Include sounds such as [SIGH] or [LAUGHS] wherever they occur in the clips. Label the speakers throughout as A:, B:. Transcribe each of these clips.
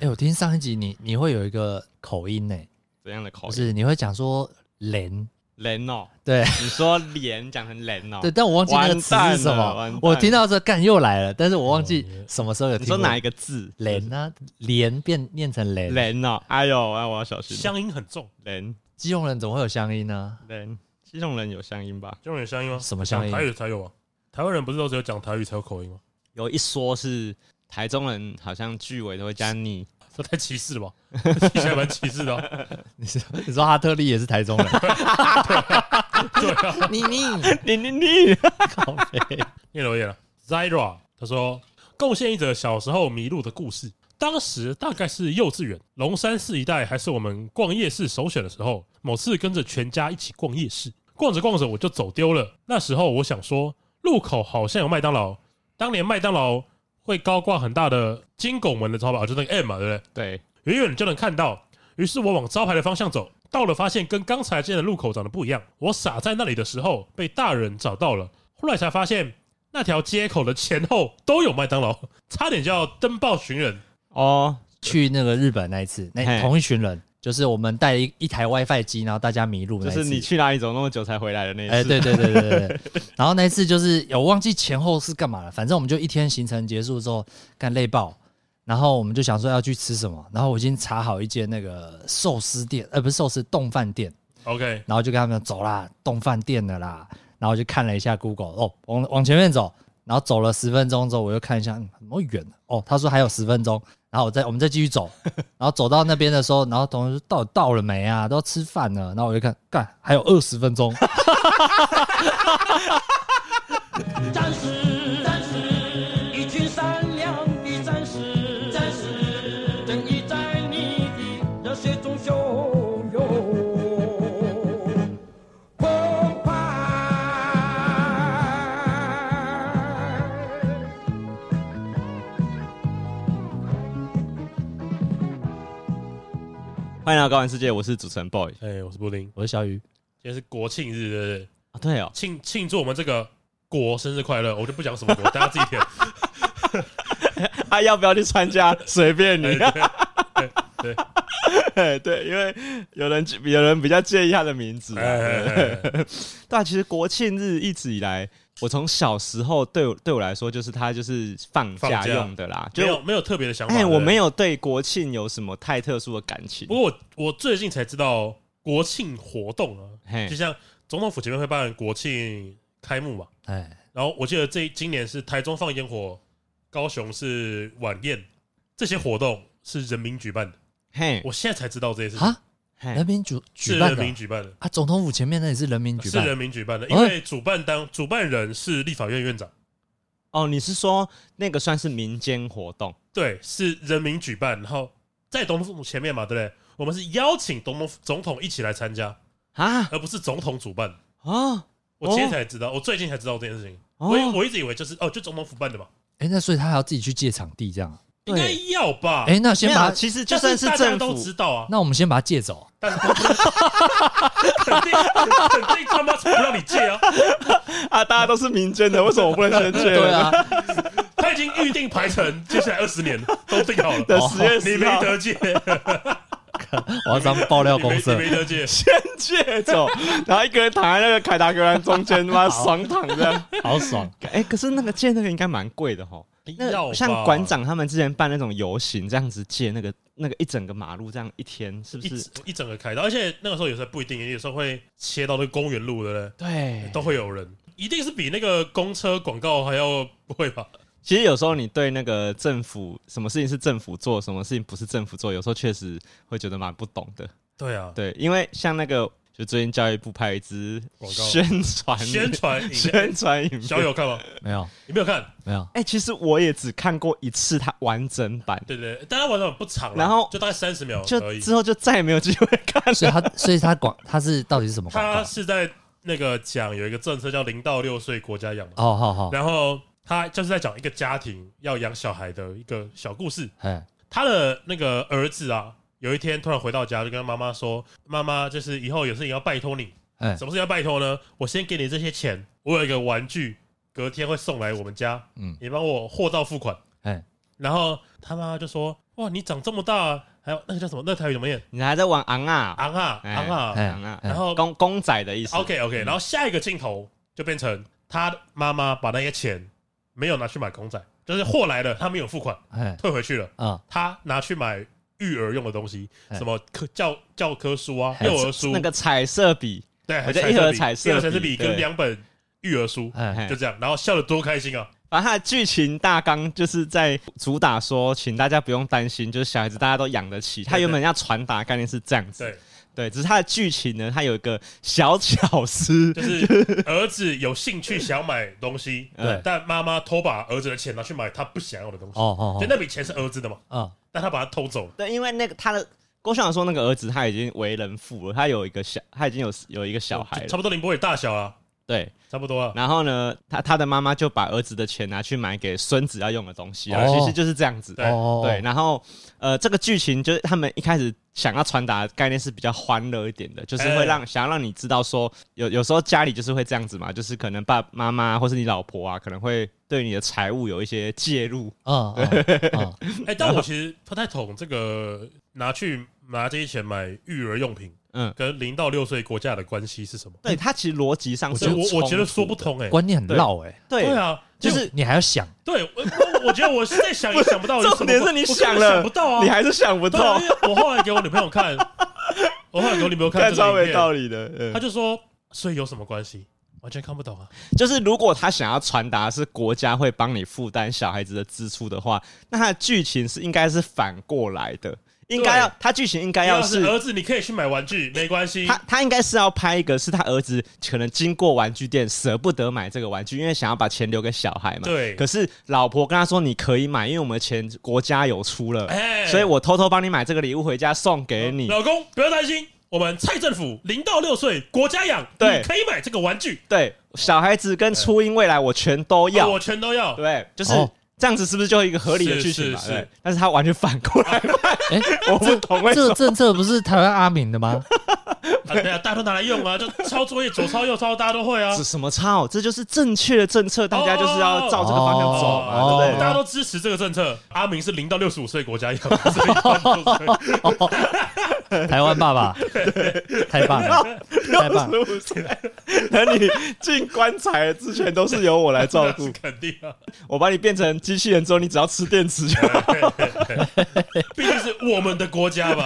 A: 哎、我听上一集你你会有一个口音呢、
B: 怎样的口
A: 就
B: 音？
A: 是你会讲说“人
B: 人哦，”，
A: 对
B: 你说脸讲成人哦
A: 对，，但我忘记那个词
B: 完蛋
A: 是什
B: 了完
A: 么
B: 蛋。
A: 我听到这干又来了，但是我忘记
C: 哦
A: 什么时候有
B: 你
A: 听
B: 说
A: 过。
B: 哪一个字？
A: 人啊？连变念成“人
B: 人哦，哎呦，哎，我要小心。
C: 乡音很重，
B: 人”，
A: 基隆人怎么会有乡音呢？
B: 人，这种人有乡音吧？
C: 这种人乡音吗？
A: 什么乡音
C: 讲台语才有啊？台湾人不是都只有讲台语才有口音吗？ [LAUGHS]
B: 有一说是台中人，好像句尾都会加你，
C: 这太歧视了吧？ [LAUGHS] 听起来蛮歧视的啊、
A: 你说你说哈特利也是台中
B: [LAUGHS]
A: 人，
C: [LAUGHS] 对啊，
A: 你你
B: [LAUGHS] 你你你，
A: 靠北
C: 念留言了，Zira 他说贡献一则小时候迷路的故事。当时大概是幼稚园，龙山寺一带还是我们逛夜市首选的时候。某次跟着全家一起逛夜市，逛着逛着我就走丢了。那时候我想说，路口好像有麦当劳，当年麦当劳会高挂很大的金拱门的招牌，就那个 M 嘛，对不对？
B: 对，
C: 远远就能看到。于是我往招牌的方向走，到了发现跟刚才见的路口长得不一样。我傻在那里的时候，被大人找到了。后来才发现，那条街口的前后都有麦当劳，差点就要登报寻人。
B: 哦，
A: 去那个日本那一次，那
B: 嘿
A: 同一群人，就是我们带一一台 WiFi 机，然后大家迷路那
B: 就
A: 一次。
B: 是你去哪里走那么久才回来的那一次，
A: 哎、对对对对对。对然后那一次就是有忘记前后是干嘛了，反正我们就一天行程结束之后干累爆，然后我们就想说要去吃什么，然后我已经查好一间那个寿司店，呃，不是寿司冻饭店，
C: OK，
A: 然后就跟他们走啦，冻饭店的啦，然后就看了一下 Google，哦，往往前面走，然后走了十分钟之后，我又看一下，嗯，怎么远、啊、哦，他说还有十分钟，然后我再我们再继续走，然后走到那边的时候，然后同学说到到了没啊，都要吃饭了，然后我就看，干还有二十分钟， [LAUGHS]
D: 战士，战士，一群善良的战士，战士，正义在你的热血中汹涌澎湃。
B: 欢迎来到高玩世界，我是主持人 boy
C: 哎、我是布丁，
A: 我是小雨。
C: 今天是国庆日，对不对？
B: 啊，对哦，
C: 庆庆祝我们这个国生日快乐！我就不讲什么国，大家自己填。
B: [LAUGHS] 啊，要不要去参 [LAUGHS] 加？随便你，
C: 哎对对对
B: 哎 [LAUGHS] 对，因为有人有人比较介意他的名字啊，
C: 哎
B: 对
C: 哎哎哎
B: 但其实国庆日一直以来，我从小时候对我对我来说，就是它就是放
C: 放
B: 假
C: 假
B: 用的啦，
C: 没有
B: 就
C: 没有特别的想法。
B: 哎，
C: 对不
B: 我
C: 对
B: 没有对国庆有什么太特殊的感情
C: 不。过我我最近才知道国庆活动啊，
B: 嘿
C: 就，像总统府前面会办国庆开幕嘛，
A: 哎，
C: 然后我记得这一今年是台中放烟火，高雄是晚宴，这些活动是人民举办的。
B: 嘿，
C: 我现在才知道这些事情，
A: 啊，
B: 嘿
A: 人，民举举
C: 是
A: 办
C: 人
A: 的
C: 民举办的，
A: 啊，总统府前面那也是人民举
C: 是
A: 办的
C: 人民举办的，
A: 哎
C: 因为主办当主办人是立法院院长，
B: 哦，你是说那个算是民间活动？
C: 对，是人民举办，然后在总统府前面嘛，对不对？我们是邀请总统总统一起来参加，
B: 啊
C: 而不是总统主办。
B: 哦
C: 我今天才知道，我最近才知道这件事情。
B: 哦
C: 我以我一直以为就是哦，就总统府办的嘛，
A: 哎、那所以他还要自己去借场地这样啊。
C: 应该
B: 对，
C: 要吧？
A: 哎、那先
B: 没有，啊
A: 把，
B: 其实就
C: 但
B: 算
C: 是
B: 是
C: 大家
B: 政
C: 都
B: 府
C: 知道啊，
A: 那我们先把它借走。
C: 但是 [LAUGHS] 肯定肯定他妈不让你借啊！
B: 啊，大家都是民间的，为什么我不能
C: [LAUGHS]
B: 先借？
A: 对，啊，
C: 他已经预定排程，接下来二十年都定好
B: 的
C: 了，哦
B: 十月
C: 你
B: 十
C: 没
B: 号
C: 得借，
A: 我要当爆料
C: 你没
A: 公
C: [LAUGHS] 你
A: 社。
C: 没得借。
B: 先借走，然后一个人躺在那个凯达格兰中间，他
C: [LAUGHS]
B: 妈爽躺这样。
A: 好爽！
B: 哎、可是那个借那个应该蛮贵的吼，[LAUGHS]
C: 要
B: 那
C: 吧
B: 像馆长他们之前办那种游行，这样子借那个那个一整个马路这样一天，是不
C: 一
B: 是？
C: 整一整个开刀，而且那个时候有时候不一定，有时候会切到那个公园路的
B: 对
C: 嘞，，都会有人，一定是比那个公车广告还要不会吧？
B: 其实有时候你对那个政府什么事情是政府做，什么事情不是政府做，有时候确实会觉得蛮不懂的。
C: 对啊，
B: 对，因为像那个就最近教育部拍一支
C: 广告
B: 宣传 [LAUGHS]
C: 宣传影
B: 啊
C: 片
B: 宣传影
C: 小
B: 片。
C: 友看吗？
A: 没有，
C: 你没有看？
A: 没有，
B: 哎、其实我也只看过一次它完整版，
C: 对对，对但它玩的不长啦，
B: 然后
C: 就大概三十秒而
B: 就
C: 已。
B: 之后就再也没有机会看了。
A: 所以他，所以他广，他是到底是什么广
C: 他
A: 告？
C: 是在那个讲有一个政策叫零到六岁国家养嘛，
A: 哦，好好，
C: 然后他就是在讲一个家庭要养小孩的一个小故事。
A: 哎，
C: 他的那个儿子啊，有一天突然回到家，就跟妈妈说：“妈妈，就是以后有事情要拜托你，
A: 哎
C: 什么事情要拜托呢？我先给你这些钱，我有一个玩具，隔天会送来我们家，
A: 嗯
C: 嗯，你帮我货到付款。”
A: 哎，
C: 然后他妈就说：“哇，你长这么大，还有那个叫什么？那台语怎么念？
B: 你还在玩昂啊
C: 昂啊
B: 哎
C: 昂啊
A: 哎
B: 昂啊，
A: 哎
C: 然后
B: 公公仔的意思。
C: ！OK OK。然后下一个镜头就变成他妈妈把那些钱没有拿去买公仔，就是货来了，他没有付款，
A: 哎
C: 退回去了，
A: 啊，
C: 他拿去买育儿用的东西，
A: 哎
C: 什么科教教科书啊，
A: 哎
C: 幼儿书
B: 那，个彩色笔，
C: 对，
B: 我觉得
C: 还有
B: 一盒彩色
C: 一盒彩色
B: 笔
C: 笔
B: 对
C: 跟两本育儿书，
A: 哎
B: 哎
C: 就这样，然后笑得多开心啊！
B: 反正它的剧情大纲就是在主打说，请大家不用担心，就是小孩子大家都养得起。他原本要传达概念是这样子， [LAUGHS]
C: 对，
B: 对，只是它的剧情呢，它有一个小巧思
C: 就，是儿子有兴趣想买东西，
A: 对
C: 但妈妈偷把儿子的钱拿去买他不想要的东西，
A: 哦哦
C: 所以那笔钱是儿子的嘛，
A: 哦，啊，
C: 但他把它偷走了。
B: [LAUGHS] 对，因为那个他的郭晓说那个儿子他已经为人父了，他有一个小，他已经有有一个小孩
C: 差
B: 了，
C: 不多林博伟大小啊，
B: 对。
C: 差不多啊。
B: 然后呢，他他的妈妈就把儿子的钱拿去买给孙子要用的东西啊，
A: 哦
B: 其实就是这样子。
C: 对
A: 哦，
B: 对，然后呃，这个剧情就是他们一开始想要传达的概念是比较欢乐一点的，就是会让、想要让你知道说，有有时候家里就是会这样子嘛，就是可能爸妈妈或是你老婆啊，可能会对你的财务有一些介入。
A: 嗯嗯嗯
C: [LAUGHS] 哎，但我其实不太懂这个拿去拿这些钱买育儿用品
B: 嗯，
C: 跟零到六岁国家的关系是什么？
B: 对，它其实逻辑上
C: 我
B: 是
C: 觉得我
B: 冲
C: 我觉得
B: 突
C: 说不
B: 的，
C: 通哎，
A: 观念很
B: 对
A: 绕哎，
B: 对
C: 对啊，
A: 就
C: 就是
A: 你还要想，
C: 对我我我觉得我现
B: [LAUGHS]
C: 在想也想不到有什么
B: 重
C: 关，
B: 点是你
C: 我根本
B: 想了
C: 想不到啊，
B: 你还是想不
C: 对啊
B: 透，
C: 因为我后来给我女朋友看，我后来给我女朋友看
B: 看
C: 这
B: 超
C: 个影
B: 没道
C: 片，
B: 理的。嗯
C: 她就说，所以有什么关系？完全看不懂啊！
B: 就是如果他想要传达是国家会帮你负担小孩子的支出的话，那他的剧情是应该是反过来的，应该要
C: 对
B: 他剧情应该
C: 要
B: 要
C: 是
B: 是
C: 儿子，你可以去买玩具，没关系。
B: 他他应该是要拍一个是他儿子可能经过玩具店舍不得买这个玩具，因为想要把钱留给小孩嘛。
C: 对
B: 可是老婆跟他说你可以买，因为我们的钱国家有出了，
C: 哎哦
B: 所以我偷偷帮你买这个礼物回家送给你。
C: 老公不要担心，我们蔡政府零到六岁国家养，
B: 对
C: 你可以买这个玩具，
B: 对，小孩子跟初音未来我全都要。
C: 我全都要。
B: 对，就是
A: 哦
B: 这样子，是不是就一个合理的剧情嘛？
C: 是是
B: 对
C: 是，
B: 但是他完全反过来拍， [LAUGHS]
A: 哎，
B: 我不懂为什
A: 这个。
B: 么
A: 政策不是台湾阿明的
C: [LAUGHS]
A: 吗？
C: 啊对啊，大家都拿来用啊，就抄作业，左抄右抄，大家都会啊
B: 这。什么操？这就是正确的政策，大家就是要照这个方向走嘛，
A: 哦
B: 对不
C: 啊
B: 对
C: 大家？都支持这个政策。阿明是零到六十五岁国家养，所以96岁
A: 台湾爸爸，太棒
C: [LAUGHS]
A: 了，
B: [LAUGHS]
A: 太棒了！
B: 六十五
C: 啊
B: 岁， [LAUGHS] 等你进棺材之前都是由我来 [LAUGHS] 照顾
C: [LAUGHS] 是，肯定啊。
B: 我把你变成机器人之后，你只要吃电池就好。
C: 毕竟是我们的国家
B: [LAUGHS]
C: 嘛，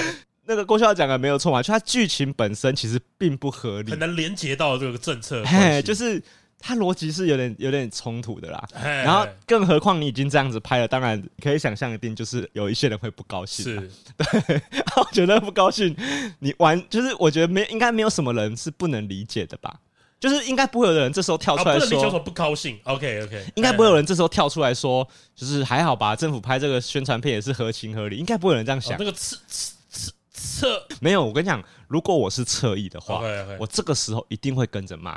B: [LAUGHS] 那个郭笑讲的没有错嘛，就它剧情本身其实并不合理
C: 很，难连接到这个政策的关
B: 嘿，
C: 系。
B: 就是它逻辑是有点有点冲突的啦。
C: 嘿，
B: 然
C: 然
B: 后，更何况你已经这样子拍了，当然可以想象一定就是有一些人会不高兴啊。
C: 是
B: [LAUGHS] 我觉得不高兴，你玩就是我觉得没应该没有什么人是不能理解的吧，就是应该不会有人这时候跳
C: 啊，
B: 出
C: 不
B: 来
C: 能理解为什么
B: 说。
C: 不高兴。OK 哎 OK，
B: 应该不会有人这时候跳出来说，就是还好吧，政府拍这个宣传片也是合情合理，应该不会有人这样想
C: 哦那。个刺刺刺刺
B: 没有，我跟你讲，如果我是侧翼的话，
C: ，OK OK，
B: 我这个时候一定会跟着骂，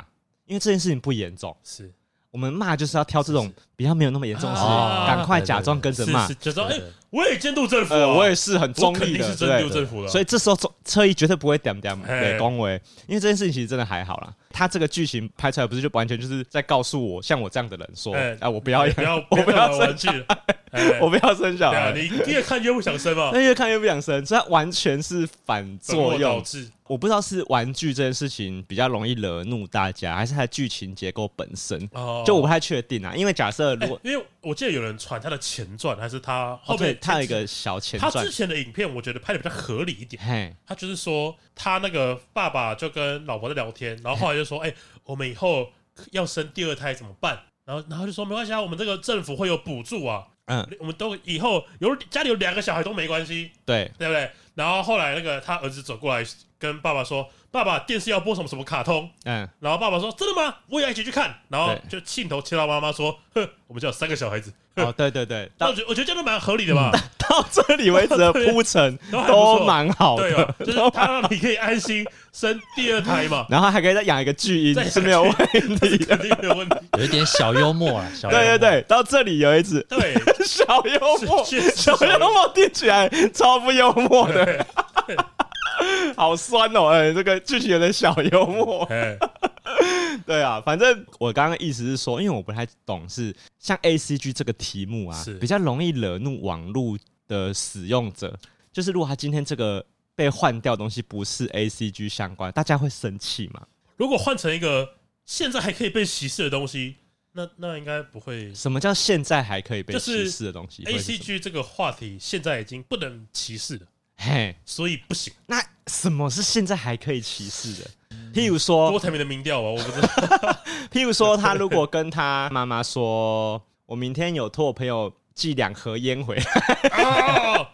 B: 因为这件事情不严重。
C: 是
B: 我们骂就是要挑这种比较没有那么严重的事情，
C: 啊
B: 赶快假装跟着骂
C: 是是，。就说哎
A: 对对，
C: 我也监督政府啊，
B: 呃，我也是很
C: 我
B: 中
C: 肯
B: 立
C: 定
B: 的，
C: 是
B: 对
C: 监
B: 不
C: 督
B: 对
C: 政府啊了，
B: 所以这时候中车衣绝对不会点点
C: 嘿
B: 给恭维，因为这件事情其实真的还好啦。他这个剧情拍出来不是就完全就是在告诉我像我这样的人说，哎
C: 嘿、
B: 我不要养，
C: 不要
B: 我不
C: 不
B: 要
C: 要玩
B: 生，
C: 具了，哎
B: [LAUGHS] 我不要生小
C: 对啊，
B: 孩。
C: 你越看越不想生嘛
B: [LAUGHS] 那，越看越不想生，所以它完全是反作
C: 本末倒
B: 用。
C: 置
B: 我不知道是玩具这件事情比较容易惹怒大家，还是它的剧情结构本身，
C: 哦，
B: 就我不太确定啊。因为假设如
C: 哎
B: 果、
C: 因为我记得有人传他的前传，还是他
B: 哦
C: 后
B: 对，
C: 面
B: 它有一个小前
C: 他
B: 传
C: 之，前的影片，我觉得拍的比较合理一点。
B: 嘿，
C: 他就是说，他那个爸爸就跟老婆在聊天，然后后来就说：“哎、我们以后要生第二胎怎么办？”然后，然后就说：“没关系啊，我们这个政府会有补助啊，
B: 嗯，
C: 我们都以后有家里有两个小孩都没关系，
B: 对，
C: 对不对？”然后后来那个他儿子走过来跟爸爸说：“爸爸，电视要播什么什么卡通
B: 嗯，？”
C: 然后爸爸说：“真的吗？我也要一起去看。”然后就镜头切到妈妈说：“哼，我们家有三个小孩子。 [LAUGHS]
B: 哦，对对对，
C: 那
B: 到
C: 我觉得我觉得这样都蛮合理的吧。
B: 到这里为止的铺陈
C: [LAUGHS] 都还不错
B: 都蛮嗯 [LAUGHS] 好
C: [LAUGHS] 对
B: 的，
C: 啊，，就是他让你可以安心生第二胎嘛
B: [LAUGHS] 然后还可以再养一个巨
C: 再
B: 婴是没有问题
C: [LAUGHS]
B: 的。
C: 肯定没有
B: [LAUGHS]
C: 问题。
A: 有一点小幽默了，小幽默
B: 对对，对，到这里有一次
C: 对，
B: 小幽默，
C: 是是是
B: 小幽默听起来超不幽默的， [LAUGHS]
C: [LAUGHS]
B: 好酸哦！哎，这个剧情有点小幽默，
C: 哎，
B: 对啊，反正我刚刚意思是说，因为我不太懂是像 A C G 这个题目啊
C: 是，
B: 比较容易惹怒网络的使用者。就是如果他今天这个被换掉的东西不是 A C G 相关，大家会生气嘛？
C: 如果换成一个现在还可以被歧视的东西，那那应该不会。
B: 什么叫现在还可以被
C: 就是
B: 歧视的东西
C: A
B: 会是
C: C
B: 什么
C: G 这个话题现在已经不能歧视了，
B: 嘿，
C: 所以不行。
B: 那什么是现在还可以歧视的？
C: 嗯
B: 譬如说，
C: 郭台铭的民调啊，我不知道。
B: 譬如说，他如果跟他妈妈说：“我明天有托我朋友寄两盒烟回
C: [LAUGHS]
B: 来。
C: 哦，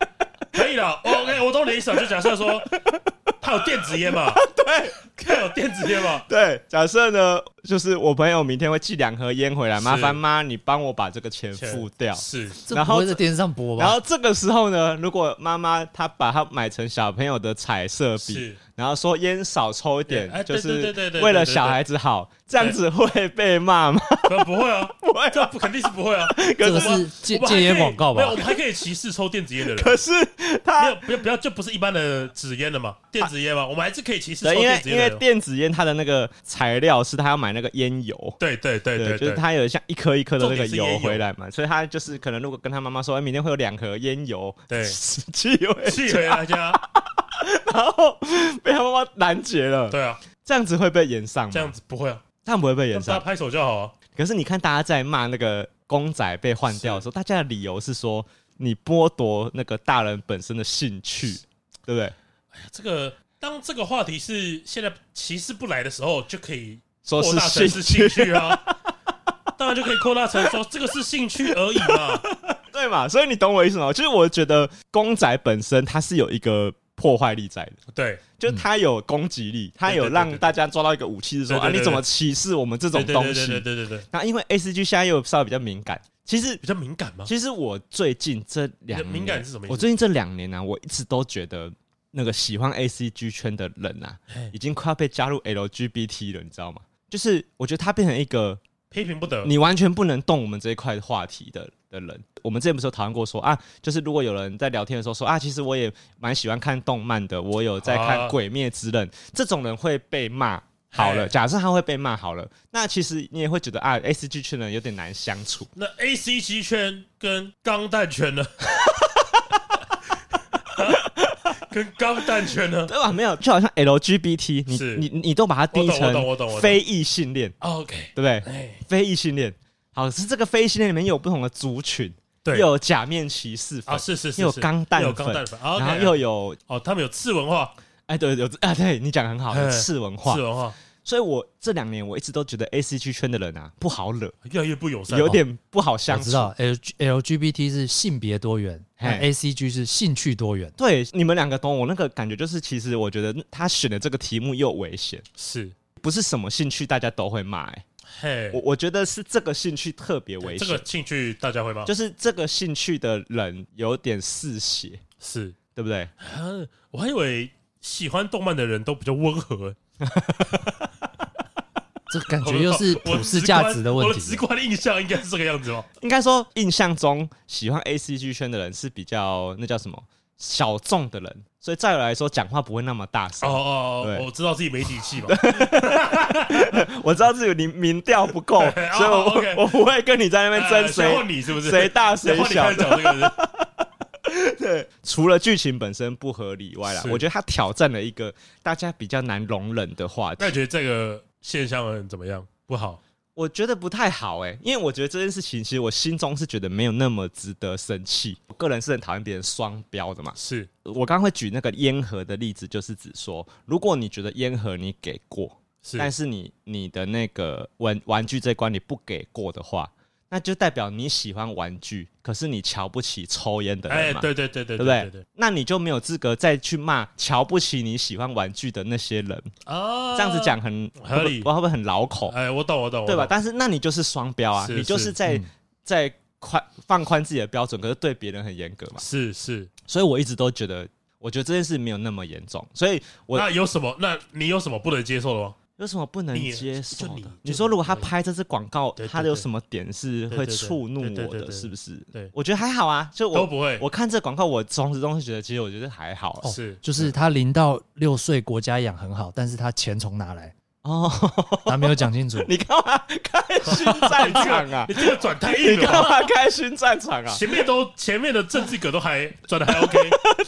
C: 可以了。哦 OK，我懂你的意思了。就假设说，他有电子烟嘛？对，他有电子烟嘛”？
B: 对，假设呢，就是我朋友明天会寄两盒烟回来，
C: 是
B: 麻烦妈你帮我把这个钱
C: 钱
B: 付掉。
C: 是
A: 这
B: 然
A: 不
B: 后
A: 会在电视上播
B: 然
A: 吧？
B: 后这个时候呢，如果妈妈她把它买成小朋友的彩色笔，
C: 是，
B: 然后说烟少抽一点
C: 对哎，
B: 就
C: 对对对
B: 是
C: 对对对
B: 为了小孩子好，这样子会被骂吗？
C: 不不会啊，
B: 不会
C: 这不肯定是不会啊。
A: 这个
B: 可是
A: 是戒
C: 我们还可
A: 戒
C: 以
A: 烟广告吧
C: 没有，？我们还可以歧视抽电子烟的人。
B: 可是
C: 没
B: 他
C: 有，不要不要，这不是一般的纸烟了嘛？电子烟嘛，我们还是可以歧视抽
B: 对，因为
C: 电子
B: 因为
C: 烟的人。
B: 电子烟它的那个材料是他要买那个烟油，
C: 对对对
B: 对
C: 对，
B: 就是
C: 对，
B: 他有像一颗一颗的那个
C: 重点是烟
B: 油
C: 油
B: 回来嘛，所以他就是可能如果跟他妈妈说，哎，明天会有两盒烟油，
C: 对
B: [LAUGHS] 寄回
C: 气
B: 家
C: 回大家。
B: 然后被他妈妈拦截了，
C: 对啊，
B: 这样子会被延上吗？
C: 这样子不会啊，
B: 他们不会被
C: 让
B: 延
C: 大家
B: 上。
C: 拍手就好啊。
B: 可是你看大家在骂那个公仔被换掉的时候，大家的理由是说你剥夺那个大人本身的兴趣，对不对？
C: 这个当这个话题是现在歧视不来的时候，就可以
B: 说
C: 扩大
B: 哦是
C: 成
B: 兴
C: 是兴
B: 趣，
C: 趣啊， [LAUGHS] 当然就可以扩大成说这个是兴趣而已嘛。
B: [LAUGHS] 对嘛？所以你懂我意思吗？就是我觉得公仔本身它是有一个破坏力在的。
C: 对
B: 就是他有攻击力，他
C: 对
B: 有
C: 对对
B: 让
C: 对
B: 大家抓到一个武器，是说
C: 对对
B: 啊，
C: 对
B: 你怎么歧视我们这
C: 对
B: 种
C: 对
B: 东
C: 对对对
B: 西？
C: 对对对，
B: 那因为 A C G 现在又稍微比较敏感，其实
C: 比较敏感吗？
B: 其实我最近这两
C: 你的敏感是什么意思
B: 我最近这两年呢、我一直都觉得那个喜欢 A C G 圈的人啊
C: 嘿，
B: 已经快要被加入 L G B T 了，你知道吗？就是我觉得他变成一个
C: 批评不得，
B: 你完全不能动我们这一块话题的的人。我们之前不是有讨论过说啊，就是如果有人在聊天的时候说啊，其实我也蛮喜欢看动漫的，我有在看
C: 啊
B: 《鬼灭之刃》，这种人会被骂。好了，
C: 嘿
B: 假设他会被骂好了，那其实你也会觉得啊，S G 圈的人有点难相处。
C: 那 A C G 圈跟钢
B: [LAUGHS]
C: 弹圈呢？跟钢弹圈呢
B: 对吧？没有，就好像 LGBT，你
C: 是
B: 你你你都把它定义
C: 我懂我懂我懂我
B: 成
C: 懂
B: 非异性恋，
C: 哦？OK，
B: 对不对？
C: 哎，
B: 非异性恋，好是这个非异性恋里面有不同的族群，又
C: 对
B: 有假面骑士粉
C: 啊，，是是是，
B: 又有
C: 是
B: 钢弹
C: 又有钢
B: 粉
C: 弹粉，啊
B: 然后
C: OK，
B: 又有
C: 哦，他们有次文化，
B: 哎，对，有啊，对你讲得很好，有
C: 嗯
B: 次文化
C: 次。文化
B: 所以我这两年我一直都觉得 A C 区圈的人啊不好惹，
C: 越来越不友善，哦
B: 有点不好相
A: 我知
B: 处。
A: 道 L L G B T 是性别多元
B: 嘿
A: ，A C G 是兴趣多元。
B: 对，你们两个懂我那个感觉，就是其实我觉得他选的这个题目又危险，
C: 是
B: 不是什么兴趣大家都会骂、哎
C: 嘿
B: 我，我觉得是这个兴趣特别危
C: 这
B: 险，
C: 个兴趣大家会吗？
B: 就是这个兴趣的人有点嗜血，
C: 是
B: 对不对？
C: 啊，我还以为喜欢动漫的人都比较温和，
A: 这感觉又是
C: 我
A: 普世价值的问
C: 我的直
A: 题。
C: 观印象应该是这个样子哦。
B: 应该说印象中喜欢 A C G 圈的人是比较那叫什么小众的人，所以在我来说讲话不会那么大声
C: 哦。哦
B: 对
C: 哦，我知道自己没底气
A: [LAUGHS]
C: 嘛。
B: 我知道自己民民调不够， [LAUGHS] 所以我、
C: 哦，OK
B: 我不会跟你在那边争
C: 呃想
B: 谁
C: 换你是不是？ [LAUGHS]
B: 谁大谁
C: 想换你
B: 小
C: 开始。讲这个人？
B: 对，除了剧情本身不合理以外啦，
C: 是
B: 我觉得他挑战了一个大家比较难容忍的话题
C: 那你。觉得这个现象很怎么样？不好，
B: 我觉得不太好哎、因为我觉得这件事情其实我心中是觉得没有那么值得生气。我个人是很讨厌别人双标的嘛。
C: 是
B: 我刚刚会举那个烟盒的例子，就是指说，如果你觉得烟盒你给过，
C: 是
B: 但是你你的那个玩玩具这一关你不给过的话，那就代表你喜欢玩具，可是你瞧不起抽烟的
C: 哎
B: 人，嘛，
C: 对对对对
B: 不
C: 对
B: 对？那你就没有资格再去骂瞧不起你喜欢玩具的那些人。
C: 啊，
B: 这样子，讲很
C: 合理
B: 会不会会不会很老口，
C: 哎，我懂我懂，我懂
B: 对吧？？但是那你就是双标啊，
C: 是
B: 你就是
C: 是
B: 在
A: 嗯
B: 在宽放宽自己的标准，可是对别人很严格嘛。
C: 是是，
B: 所以我一直都觉得，我觉得这件事没有那么严重，所以我
C: 那有什么？那你有什么不能接受的吗？
B: 有什么不能
C: 你
B: 接受
C: 就你
B: 的
C: 就？
B: 你说如果他
C: 你
B: 拍这支广告
C: 对，对
B: 他有什么点是会
C: 对对对
B: 触怒
C: 对对
B: 我
C: 对
B: 的？
C: 对
B: 是不是？
C: 对
B: 我觉得还好啊，就
C: 都
B: 我
C: 不会，哦
B: 我看这广告，我从始终是觉得，其实我觉得还好啊。
C: 是
A: 就是他零到六岁国家养很好，但是他钱从哪来？
B: 哦， [LAUGHS]
A: 他没有讲清楚。
B: 你干嘛开新战场啊
C: [LAUGHS] 你？这个转太
B: 你
C: 硬
B: 干
C: 了吧。
B: 嘛开新战场
C: [LAUGHS]
B: 啊？
C: 前面都前面的政治梗都还转的还
B: [LAUGHS]
C: OK，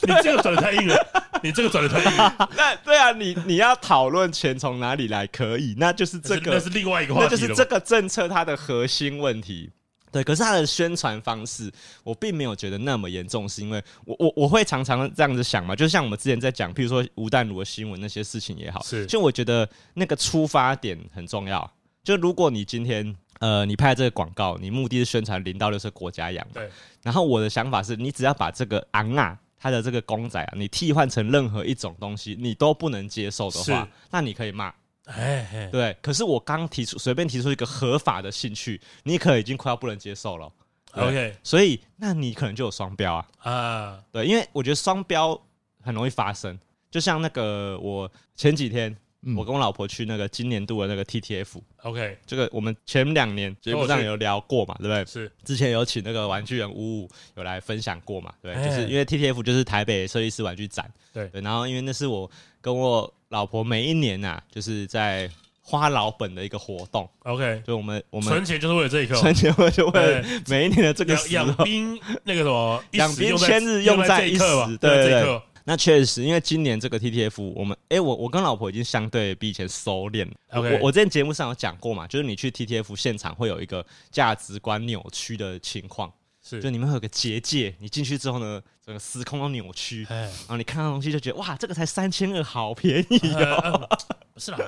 C: 你
B: 啊
C: 这个转的太硬了，你这个转的太硬了，
B: 那对啊，你你要讨论钱从哪里来可以，那就是 [LAUGHS] 这
C: 那
B: 个
C: 是另外一个话
B: 那
C: 题
B: 就
C: 了嘛。
B: 是这个政策它的核心问题。对，可是它的宣传方式，我并没有觉得那么严重，是因为我我我会常常这样子想嘛，就像我们之前在讲，譬如说吴淡如的新闻那些事情也好，
C: 是
B: 就我觉得那个出发点很重要。就如果你今天呃你拍这个广告，你目的是宣传零到六是国家养嘛，
C: 对，
B: 然后我的想法是，你只要把这个昂啊，它的这个公仔啊，你替换成任何一种东西，你都不能接受的话
C: 是，
B: 那你可以骂。
C: 哎哎，
B: 对，可是我刚提出随便提出一个合法的兴趣，你可能已经快要不能接受了。对
C: OK
B: 所以那你可能就有双标啊。
C: 啊，
B: 对，因为我觉得双标很容易发生，就像那个我前几天。
A: 嗯
B: 我跟我老婆去那个今年度的那个 TTF，
C: OK，
B: 这个我们前两年节目上有聊过嘛，对不对？
C: 是
B: 之前有请那个玩具人五五有来分享过嘛，对，
C: 哎
B: 就是因为 TTF 就是台北设计师玩具展，
C: 对
B: 然后因为那是我跟我老婆每一年呐、就是在花老本的一个活动，
C: OK，
B: 就我们我们
C: 存钱就是为了这一刻，
B: 存钱会就为了
C: 对
B: 每一年的这个
C: 养
B: 时
C: 养
B: 候，
C: 兵那个什么，一
B: 养
C: 时
B: 兵
C: 用在
B: 千日
C: 用
B: 用在
C: 这
B: 一
C: 一刻吧
B: 时，
C: 用在
B: 对
C: 这
B: 对
C: 一刻，
B: 那确实，因为今年这个 TTF 我们，哎、我我跟老婆已经相对比以前收敛了。
C: OK，
B: 我我之前节目上有讲过嘛，就是你去 TTF 现场会有一个价值观扭曲的情况，就是你们会有个结界，你进去之后呢，整个时空都扭曲，然 [LAUGHS]
C: 哎，
B: 后你看到东西就觉得哇，这个才三千二，好便
C: [LAUGHS]
B: 宜
C: 呃嗯不是啦，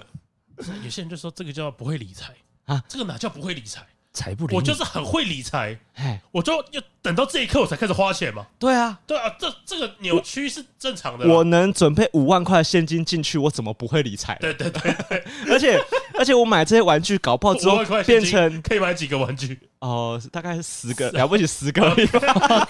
C: 不是有些人就说这个叫不会理财
B: 啊
C: 啊，这个哪叫不会理财？
A: 才不理
C: 我就
A: 你。
C: 是很会理财，
B: 哎，
C: 我就要等到这一刻我才开始花钱嘛。
B: 对啊，
C: 对啊，这这个扭曲是正常的啦。
B: 我能准备五万块现金进去，我怎么不会理财？
C: 对对对，
B: 而且而且我买这些玩具，搞不好之
C: 五
B: 后
C: 万块
B: 变
C: 现金
B: 成
C: 可以买几个玩具？
B: 哦，大概十个，了不起十个而已吧，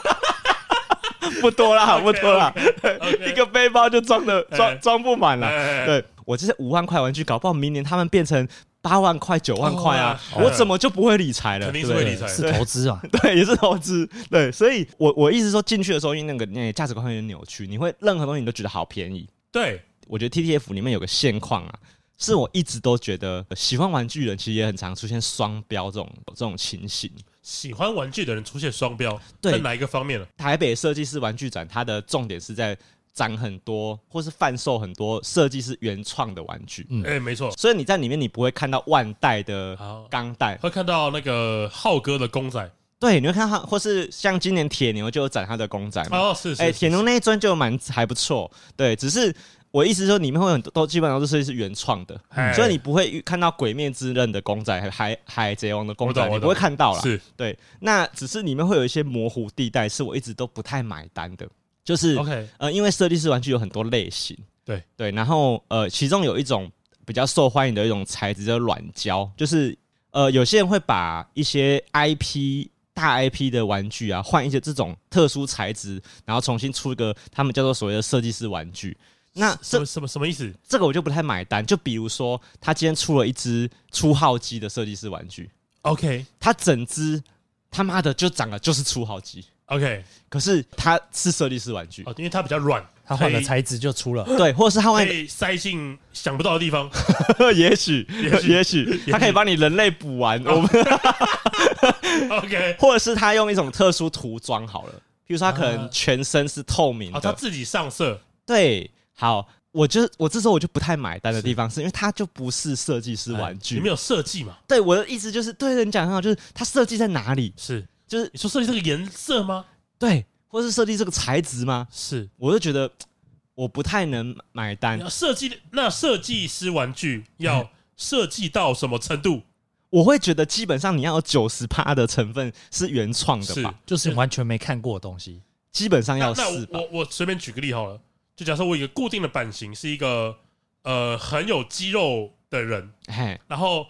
C: [LAUGHS]
B: 不多啦，不多啦，
C: OK
B: 一个背包就装的
C: 哎
B: 装装不满了。
C: 哎，哎哎
B: 对我这些五万块玩具，搞不好明年他们变成八万块、九万块啊，
C: 哦
B: 我怎么就不会理财了？
C: 肯定是
B: 对不
C: 会
B: 对
C: 理财的
A: 是投资啊，
B: 对，也是投资。对，所以我我意思说，进去的时候，因为那个那个价值观会有点扭曲，你会任何东西你都觉得好便宜。
C: 对，
B: 我觉得 TTF 里面有个现况啊，是我一直都觉得呃喜欢玩具人其实也很常出现双标这种这种情形。
C: 喜欢玩具的人出现双标，
B: 对
C: 在哪一个方面呢？
B: 台北设计师玩具展，它的重点是在展很多或是贩售很多设计师原创的玩具，
A: 嗯
C: 哎，没错，
B: 所以你在里面你不会看到万代的
C: 好
B: 钢弹，
C: 会看到那个浩哥的公仔
B: 对，你会看它，或是像今年铁牛就有展它的公仔嘛，
C: 哦，是
B: 哎，
C: 是
B: 铁牛那一尊就蛮还不错，对，只是。我意思说，里面会很多都基本上都是是原创的，
C: 哎
B: 所以你不会遇看到《鬼灭之刃》的公仔，还海海贼王的公
C: 我
B: 仔，
C: 懂
B: 你
C: 我
B: 不会
C: 懂
B: 看到啦。
C: 是
B: 对，那只是里面会有一些模糊地带，是我一直都不太买单的，就是
C: OK，
B: 呃，因为设计师玩具有很多类型，
C: 对
B: 对，然后呃，其中有一种比较受欢迎的一种材质叫软胶，就是呃，有些人会把一些 IP 大 IP 的玩具啊，换一些这种特殊材质，然后重新出一个他们叫做所谓的设计师玩具。那
C: 什
B: 这
C: 么什么什么意思？
B: 这个我就不太买单，就比如说他今天出了一只初号机的设计师玩具，
C: OK
B: 它整只他妈的就长得就是初号机，
C: OK，
B: 可是它是设计师玩具，
C: 哦，因为它比较软，
A: 他换
C: 可
A: 了
C: 以
A: 材质就出
B: [LAUGHS]
A: 了。
B: 对，或者是他
C: 可
B: 换一个
C: 以塞进想不到的地方。
B: [LAUGHS]
C: [LAUGHS]
B: 也许，
C: 也许哦
B: 也许，他可以帮你人类补完。我们 [LAUGHS]
C: OK，
B: 或者是他用一种特殊涂装好了，比如说他可能
C: 啊
B: 全身是透明
C: 哦，他
B: 的，
C: 自己上色，
B: 对，好。我就我这时候我就不太买单的地方，是因为它就不是设计师玩
C: 里
B: 具
C: 哎面。有设计嘛？
B: 对我的意思就是，对你讲得很好，就是它设计在哪里，
C: 是，
B: 就是
C: 你说设计这个颜色吗？
B: 对，或是设计这个材质吗？
C: 是，
B: 我就觉得我不太能买单
C: 你要。设计的那设计师玩具要设计到什么程度？
B: 我会觉得基本上你要有九十趴的成分是原创的
C: 是，
B: 嗯吧，
A: 就是完全没看过的东西，
B: 基本上
C: 那
B: 要
C: 那
B: 是
C: 我
B: 吧
C: 我。我随便举个例好了，就假设我有一个固定的版型是一个呃很有肌肉的人，
B: 嘿，
C: 然后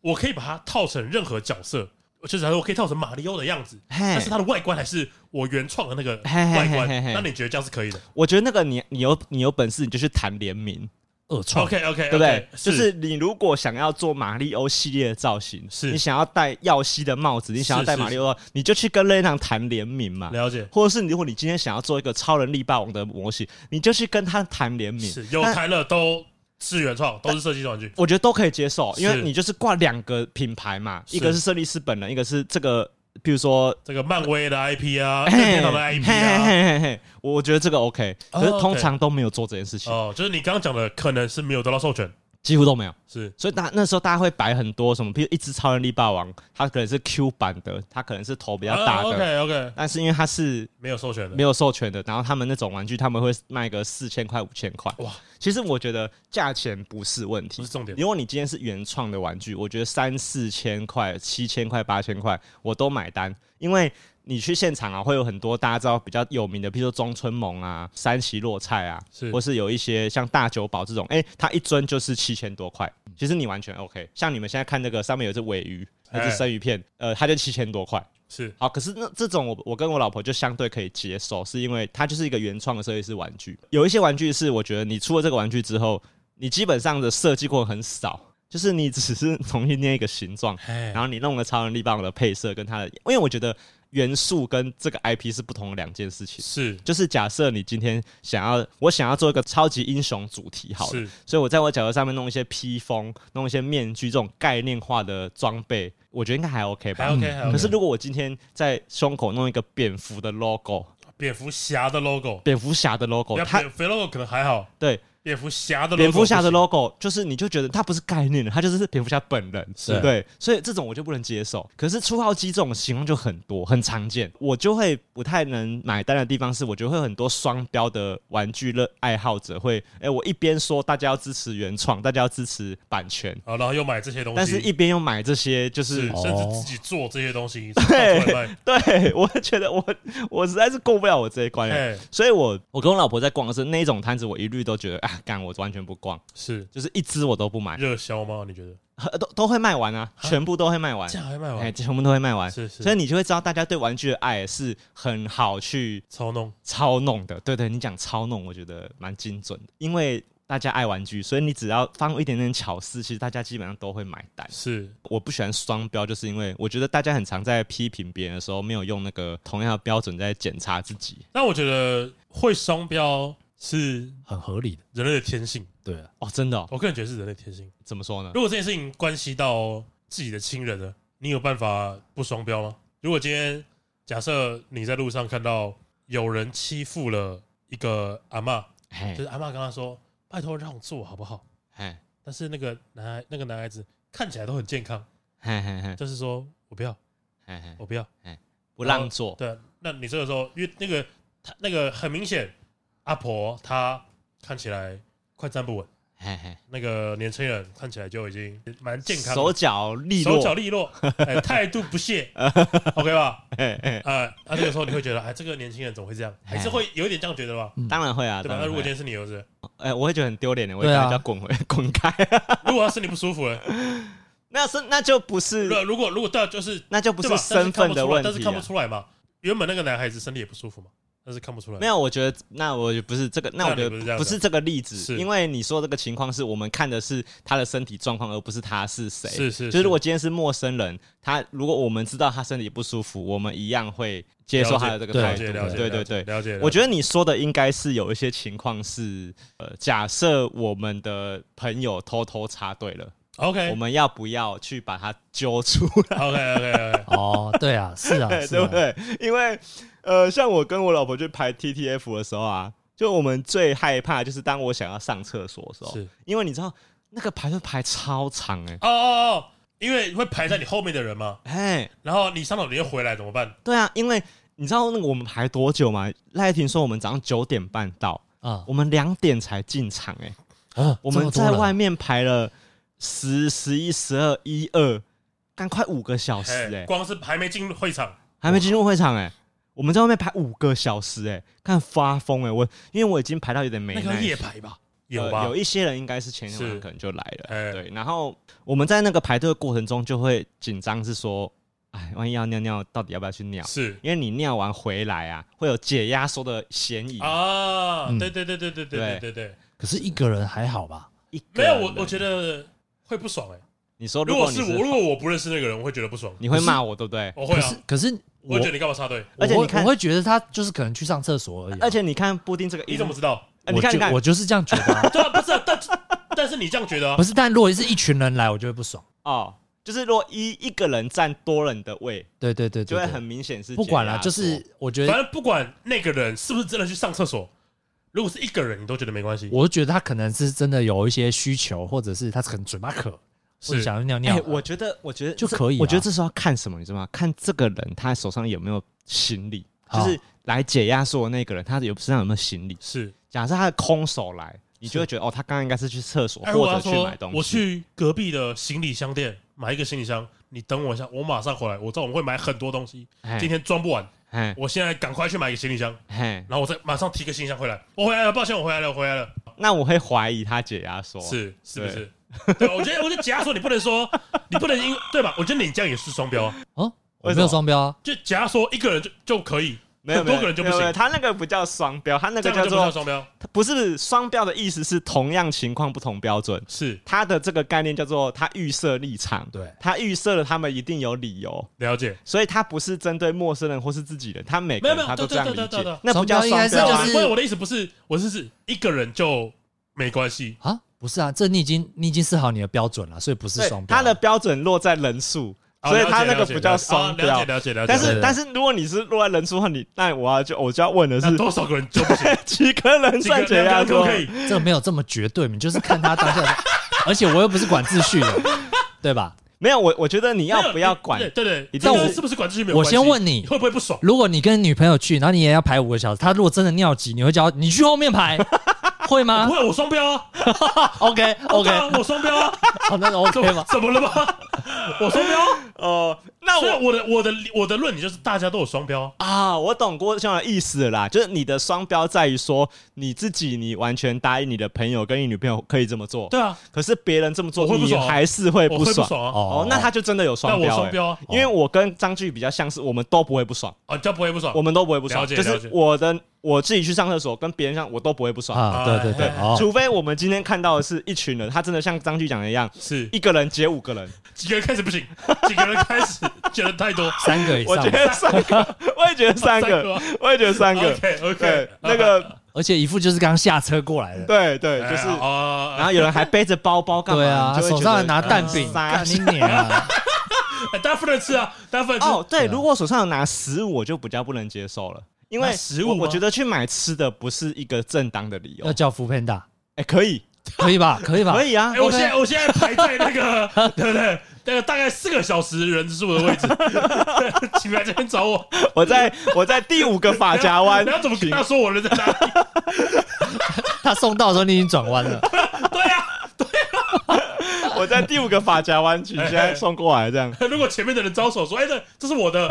C: 我可以把它套成任何角色，就是假设我可以套成马里奥的样子，
B: 嘿
C: 但是它的外观还是我原创的那个
B: 嘿嘿
C: 外
B: 嘿
C: 观
B: 嘿嘿，
C: 那你觉得这样是可以的
B: 我觉得那个你你有你有本事，你就去谈联名，
A: 恶创
C: ？OK OK，
B: 对不对？就是你如果想要做马里欧系列的造型，
C: 是
B: 你想要戴耀西的帽子，你想要戴
C: 是是
B: 马里欧，你就去跟任天堂谈联名嘛。
C: 了解，
B: 或者是如果你今天想要做一个超人力霸王的模型，你就去跟他谈联名。
C: 是有
B: 但
C: 谈了都是原创，都是设计玩具。
B: 我觉得都可以接受，因
C: 是
B: 为你就是挂两个品牌嘛，
C: 是
B: 一个是设计师本人，一个是这个，比如说。
C: 这个漫威的 IP 啊，任
B: 嘿
C: 天堂的 IP
B: 嘿
C: 啊，
B: 嘿嘿嘿我觉得这个 OK，
C: 哦
B: 可是通
C: OK
B: 常都没有做这件事情，
C: 哦，就是你刚刚讲的，可能是没有得到授权，
B: 几乎都没有。
C: 是
B: 所以大那时候大家会摆很多什么，比如一只超人力霸王，它可能是 Q 版的，它可能是头比
C: 比
B: 较大的，
C: 啊 OK OK，
B: 但是因为它是
C: 哦没有授权的，
B: 没有授权的，然后他们那种玩具他们会卖个四千块五千块。
C: 哇
B: 哇，其实我觉得价钱不是问
C: 不
B: 题
C: 是，重点。
B: 如果你今天是原创的玩具，我觉得三四千块、七千块、八千块我都买单，因为你去现场啊，会有很多大家知道比较有名的，比如说中村萌啊、三崎洛菜啊，
C: 是
B: 或是有一些像大久保这种，哎、它一尊就是七千多块，其实你完全 OK。像你们现在看那个上面有一只尾鱼，那
C: 哎
B: 只生鱼片，呃，它就七千多块。
C: 是
B: 好，可是那这种我我跟我老婆就相对可以接受，是因为它就是一个原创的设计师玩具。有一些玩具是我觉得你出了这个玩具之后，你基本上的设计过程很少，就是你只是 [LAUGHS] 重新捏一个形状，
C: 哎
B: 然，后你弄了超人力霸王的配色跟它的，因为我觉得元素跟这个 IP 是不同的两件事情。
C: 是
B: 就是假设你今天想要，我想要做一个超级英雄主题好了，
C: 是
B: 所以我在我角色上面弄一些披风，弄一些面具这种概念化的装备，我觉得应该还 OK 吧。
C: 还 OK，还 OK
B: 可是如果我今天在胸口弄一个蝙蝠的 logo，
C: 蝙蝠侠的 logo，
B: 蝙蝠侠的 logo，
C: 那
B: 它
C: 蝙蝠 logo 可能还好，
B: 对
C: 蝙蝠侠的 logo
B: 哦蝙蝠侠的
C: 不行
B: logo 就是你就觉得它不是概念了，它就是蝙蝠侠本人，
A: 是
B: 对，所以这种我就不能接受。可是初号机这种情况就很多，很常见，我就会不太能买单的地方是，我觉得会有很多双标的玩具乐爱好者会，哎、我一边说大家要支持原创，大家要支持版权，
C: 好，哦然后又买这些东西，
B: 但是一边又买这些，就是是
A: 哦
C: 甚至自己做这些
B: [LAUGHS]
C: 东西，到处外卖
B: 对我觉得我我实在是过不了我这一关了。
C: 哎，
B: 所以我我跟我老婆在逛的是那一种摊子，我一律都觉得啊，干我完全不逛，
C: 是
B: 就是一只我都不买，
C: 热销吗？你觉得？
B: 呃都都会卖完啊，全部都会卖完，
C: 这样还卖
B: 哎，
C: 完？
B: 全部都会卖完。
C: 是是
B: 所以你就会知道，大家对玩具的爱是很好去
C: 操弄
B: 操弄的。对对，你讲操弄，我觉得蛮精准的，因为大家爱玩具，所以你只要放一点点巧思，其实大家基本上都会买单。
C: 是
B: 我不喜欢双标，就是因为我觉得大家很常在批评别人的时候，没有用那个同样的标准在检查自己。
C: 但我觉得会双标是
A: 很合理的，
C: 人类的天性，
A: 对啊，
B: 哦，真的、哦？
C: 我个人觉得是人类天性。
B: 怎么说呢？
C: 如果这件事情关系到自己的亲人呢，你有办法不双标吗？如果今天假设你在路上看到有人欺负了一个阿嬷，
B: 嘿
C: 就是，阿嬷跟他说：“拜托让座好不好
B: 嘿，？”
C: 但是那个男孩那个男孩子看起来都很健康，
B: 嘿嘿嘿
C: 就是说我不要，
B: 嘿嘿，
C: 我不要。
B: 不让座，
C: 对，啊那你这个时候，因为那个他那个很明显，阿婆她看起来快站不稳，
B: 嘿嘿，
C: 那个年轻人看起来就已经蛮健康的，
B: 手脚利
C: 手
B: 落，
C: 脚利落，
B: [LAUGHS]
C: 哎，态度不屑，OK 吧？
B: 嘿嘿，
C: 呃，啊，那个时候你会觉得，哎，这个年轻人怎么会这样？还是会有一点这样觉得吧？
B: 当然会啊，
C: 对吧？
B: 哎当
C: 那
B: 然
C: 如
B: 会
C: 果
B: 啊
C: 今天是你儿子，
B: 哎，我会觉得很丢脸的，我会
A: 对
B: 跟
A: 啊
B: 他叫滚 [LAUGHS] 回滚开。
C: 如果要是你不舒服了，
B: 那是那就不是
C: 如，果如果如果对啊，就是
B: 那就不
C: 对吧？但
B: 身份的问
C: 看不出来但是
B: 题
C: 看不
B: 啊。
C: 出来嘛。原本那个男孩子身体也不舒服嘛，但是看不出来。
B: 没有，我觉得那我不是这个，那我
C: 那你
B: 觉
C: 不是这
B: 得
C: 样的
B: 不是这个例
C: 是
B: 子，因为你说这个情况是我们看的是他的身体状况，而不是他是谁。
C: 是是，
B: 就是如果今天是陌生人，他如果我们知道他身体不舒服，我们一样会接受他的这个
C: 了
B: 态
C: 解
B: 度。
C: 了解
B: 对
C: 了
B: 对
C: 解
B: 对。
C: 了解。
B: 我觉
C: 得
B: 得你说的应该是有一些情况是，呃，假设我们的朋友偷偷插队了，
C: OK
B: 我们要不要去把他揪出
C: OK OK
B: [LAUGHS]
C: OK，
A: 哦，对啊，是啊，
B: 来，
A: 是
B: [LAUGHS] 对
A: 啊
B: 不，对？因为，呃，像我跟我老婆去排 TTF 的时候啊，就我们最害怕就是当我想要上厕所的时候，
C: 是
B: 因为你知道那个排队排超长哎、
C: 哦哦哦，因为会排在你后面的人嘛，
B: 哎、
C: 然后你上到你又回来怎么办？
B: 对啊，因为你知道那个我们排多久吗？赖婷说我们早上九点半到，
A: 啊
B: 我们两点才进场、欸，
A: 啊，
B: 我
A: 这
B: 们
A: 么多
B: 在
A: 人
B: 外面排了十、十一、十二、一二，干快五个小时、
C: 哎，
B: 欸，
C: 光是还没进入会场，
B: 还没进入会场、欸，我们在外面排五个小时、欸，看发疯、欸，我因为我已经排到有点没
C: 那个
B: 耐
C: 夜
B: 心。
C: 排吧，
B: 呃
C: 有吧？
B: 有一些人应该是前一天晚
C: 是
B: 上可能就来
C: 哎
B: 了，对。然后我们在那个排队的过程中就会紧张，是说，哎，万一要尿尿，到底要不要去尿？
C: 是
B: 因为你尿完回来啊，会有解压缩的嫌疑。
C: 啊，
A: 嗯
C: 对对对对对对对
B: 对
C: 对对，
A: 可是一个人还好吧？
B: 一个
C: 没
B: 人啊
C: 有我我觉得会不爽哎。
B: 你说
C: 如
B: 啊果
C: 果
B: 你
C: 是我，如果我不认识那个人，我会觉得不爽，
B: 你会骂我，对不对？
C: 我会
A: 可
C: 啊
A: 是，可是我
C: 我会觉得你干嘛插队？
A: 我
B: 而且
A: 会
B: 你看
A: 我会觉得他就是可能去上厕所而已啊，
B: 而且你看布丁这个
C: 你
B: 音
C: 怎么知道？
B: 哎
A: 我
B: 你看
A: 就
B: 你看 [LAUGHS]
A: 我就是这样觉得啊，
C: 对啊，不是啊，但但是你这样觉得啊
A: 不？是，但如果是一群人来，我就会不爽。
B: 哦，就是如果一一个人占多人的位，
A: 对对对
B: 就
A: 对
B: 会
A: 对，
B: 很啊明显是
A: 不管
B: 解压
A: 了，就
B: 缩
A: 是我觉
C: 反
A: 得，
C: 正不管那个人是不是真的去上厕所，如果是一个人，你都觉得没关系。
A: 我觉得他可能是真的有一些需求，或者是他可能嘴巴渴，或者
C: 是
A: 想要尿
B: 哎、
A: 尿。啊
B: 我觉得，我觉得
A: 就
B: 这
A: 可以
B: 我觉
A: 啊
B: 得这时候要看什么，你知道吗？看这个人他手上有没有行李，就
A: 好
B: 是来解压缩的那个人，他有身上有没有行李？
C: 是，
B: 假设他的空手来，你就会觉得哦，他刚刚应该是去厕所
C: 哎，
B: 或
C: 我
B: 者
C: 要
B: 去
C: 说
B: 买东，西。
C: 我去隔壁的行李箱店买一个行李箱，你等我一下，我马上回来。我知道我们会买很多东西，
B: 哎，
C: 今天装不完，
B: 哎
C: 我现在赶快去买一个行李箱，
B: 哎，
C: 然后我再马上提个行李箱回来。我回来了，抱歉，我回来了，我回来了。
B: 那我会怀疑他解压缩。
C: 是是不是？ [LAUGHS] 对，啊我觉得我就假说你不能说， [LAUGHS] 你不能因对吧？我觉得你这样也是双标啊。
A: 哦，
B: 为
A: 我没
B: 什么
A: 有双标啊，
C: 就假说一个人就就可以，
B: 没有
C: 很
B: 没
C: 多
B: 有
C: 个人就不
B: 没有没有
C: 行
B: 他那个不叫双标，他那
C: 这
B: 个
C: 样
B: 叫
C: 就不叫
B: 做
C: 双标。
B: 不是双标的意思是同样情况不同标准。
C: 是
B: 他的这个概念叫做他预设立场，
A: 对
B: 他预设了他们一定有理由，
C: 了解，
B: 所以他不是针对陌生人或是自己人，他每个
C: 没有
B: 人
C: 没有
B: 他都这
C: 对
B: 样
C: 对
B: 理
C: 对对
B: 解
C: 对对，
B: 那不叫
A: 双标应该
B: 双
A: 是
B: 标啊
A: 就。是
C: 不是我的意思，不是，我是指一个人就没关系。
A: 啊，不是啊，这你已经你已经设好你的标准了，所以不是
B: 对
A: 双标。啊
B: 他的标准落在人数，
C: 哦
B: 所以
C: 了解
B: 他那
C: 了
B: 个
C: 解
B: 不叫
C: 了解
B: 双
C: 哦
B: 标
C: 了。解了解了解。
B: 但
A: 对
B: 是
A: 对
B: 但是如果你是落在人数的话，你那我要就我就要问的
C: 那
B: 是
C: 多少个人就不行？
B: [LAUGHS] 几个人
C: 几个
B: 算啊解
C: 人
B: 压
C: 可不
B: 缩？
C: 可以？
A: 这个没有这么绝对，你就是看他当下
B: [LAUGHS]
A: 的，而且我又不是管秩序的，对吧？
B: 没有我我觉得你
C: 没
B: 要
C: 有
B: 不要
C: 你
B: 管
C: 对？对对，
B: 一
C: 这
B: 定
C: 个
A: 是
C: 是不是管秩序没有
A: 我
C: 关系？
A: 先问你
C: 会不会不爽？
A: 如果你跟女朋友去，然后你也要排五个小时，她如果真的尿急，你会叫她你去后面
B: [LAUGHS]
A: 排，会吗
C: 不会，我双标啊
A: ？OK
C: 我
A: OK，
C: 当然我双标啊，
A: 好，那
C: 怎
A: OK
C: 么
A: 吗？
C: [LAUGHS] 怎么了吗？我双标啊，
B: 哦，那
C: 所
B: 我
C: 以我的我的我的论点就是大家都有双标啊，
B: 啊，我懂郭兄的意思了啦，就是你的双标在于说你自己，你完全答应你的朋友跟你女朋友可以这么做，
C: 对啊，
B: 可是别人这么做，
C: 我会不
B: 你
C: 爽啊
B: 还是会
C: 我
B: 不
C: 会不
B: 爽。
C: 爽啊，
B: 哦，那他就真的有双
C: 那我
B: 标、欸，
C: 双标啊，
B: 因
A: 哦
B: 为我跟张炬比较像是，我们都不会不爽，
C: 啊，这样不会不爽
B: 我，们都不会不爽，
C: 了解
B: 就
C: 了
B: 是
C: 解
B: 我的我自己去上厕所跟别人上，我都不会不爽。
A: 啊，对对对，
C: 哎
A: 哦，
B: 除非我们今天看到的是一群人，他真的像张炬讲的一样，
C: 是
B: 一个人解五个人，
C: 几个人开始
B: [LAUGHS]
C: 不行，几个人开始觉得太多，
A: 三个以
B: 我
A: 哎上
B: 觉，得三个，我也觉
C: 哦
B: 得三个，我也觉得三个，
C: ，OK
B: 对
C: OK，，
B: 那个，
A: 而且一副就是刚下车过来的，
B: 对对，就是，
C: 啊，
B: 然后有人还背着包包干嘛？
A: 对啊，
B: 你就会
A: 手
B: 觉
A: 上还
B: 得
A: 拿蛋饼，
B: 嗯
A: 干你娘啊！
C: 哎大家不能吃啊，大家不能吃，
B: 哦，对，
A: 对啊
B: 如果手上有拿食物，我就比较不能接受了，因为
C: 拿食物
B: 我
C: 吗
B: 我觉得去买吃的不是一个正当的理由
A: 要。叫福片
B: [LAUGHS]
A: 大，
B: 哎，可以，
A: 可以吧？可以吧
B: 可？以啊
C: 哎、，我
A: OK
C: 现在我现在排在
B: [LAUGHS]
C: 那个，对不对？那个大概四个小时人数的位置，请来这边找我。
B: 我在我在第五个发夹湾
C: [LAUGHS] 你要怎么跟
B: 行
C: 他说我人在
B: [LAUGHS]
C: 哪里？
A: 他送到的时候你已经转弯了，
C: 对啊，
B: 我在第五个发夹湾区，现在送过来这样，
C: [LAUGHS] 如果前面的人招手说：“哎、这这是我的。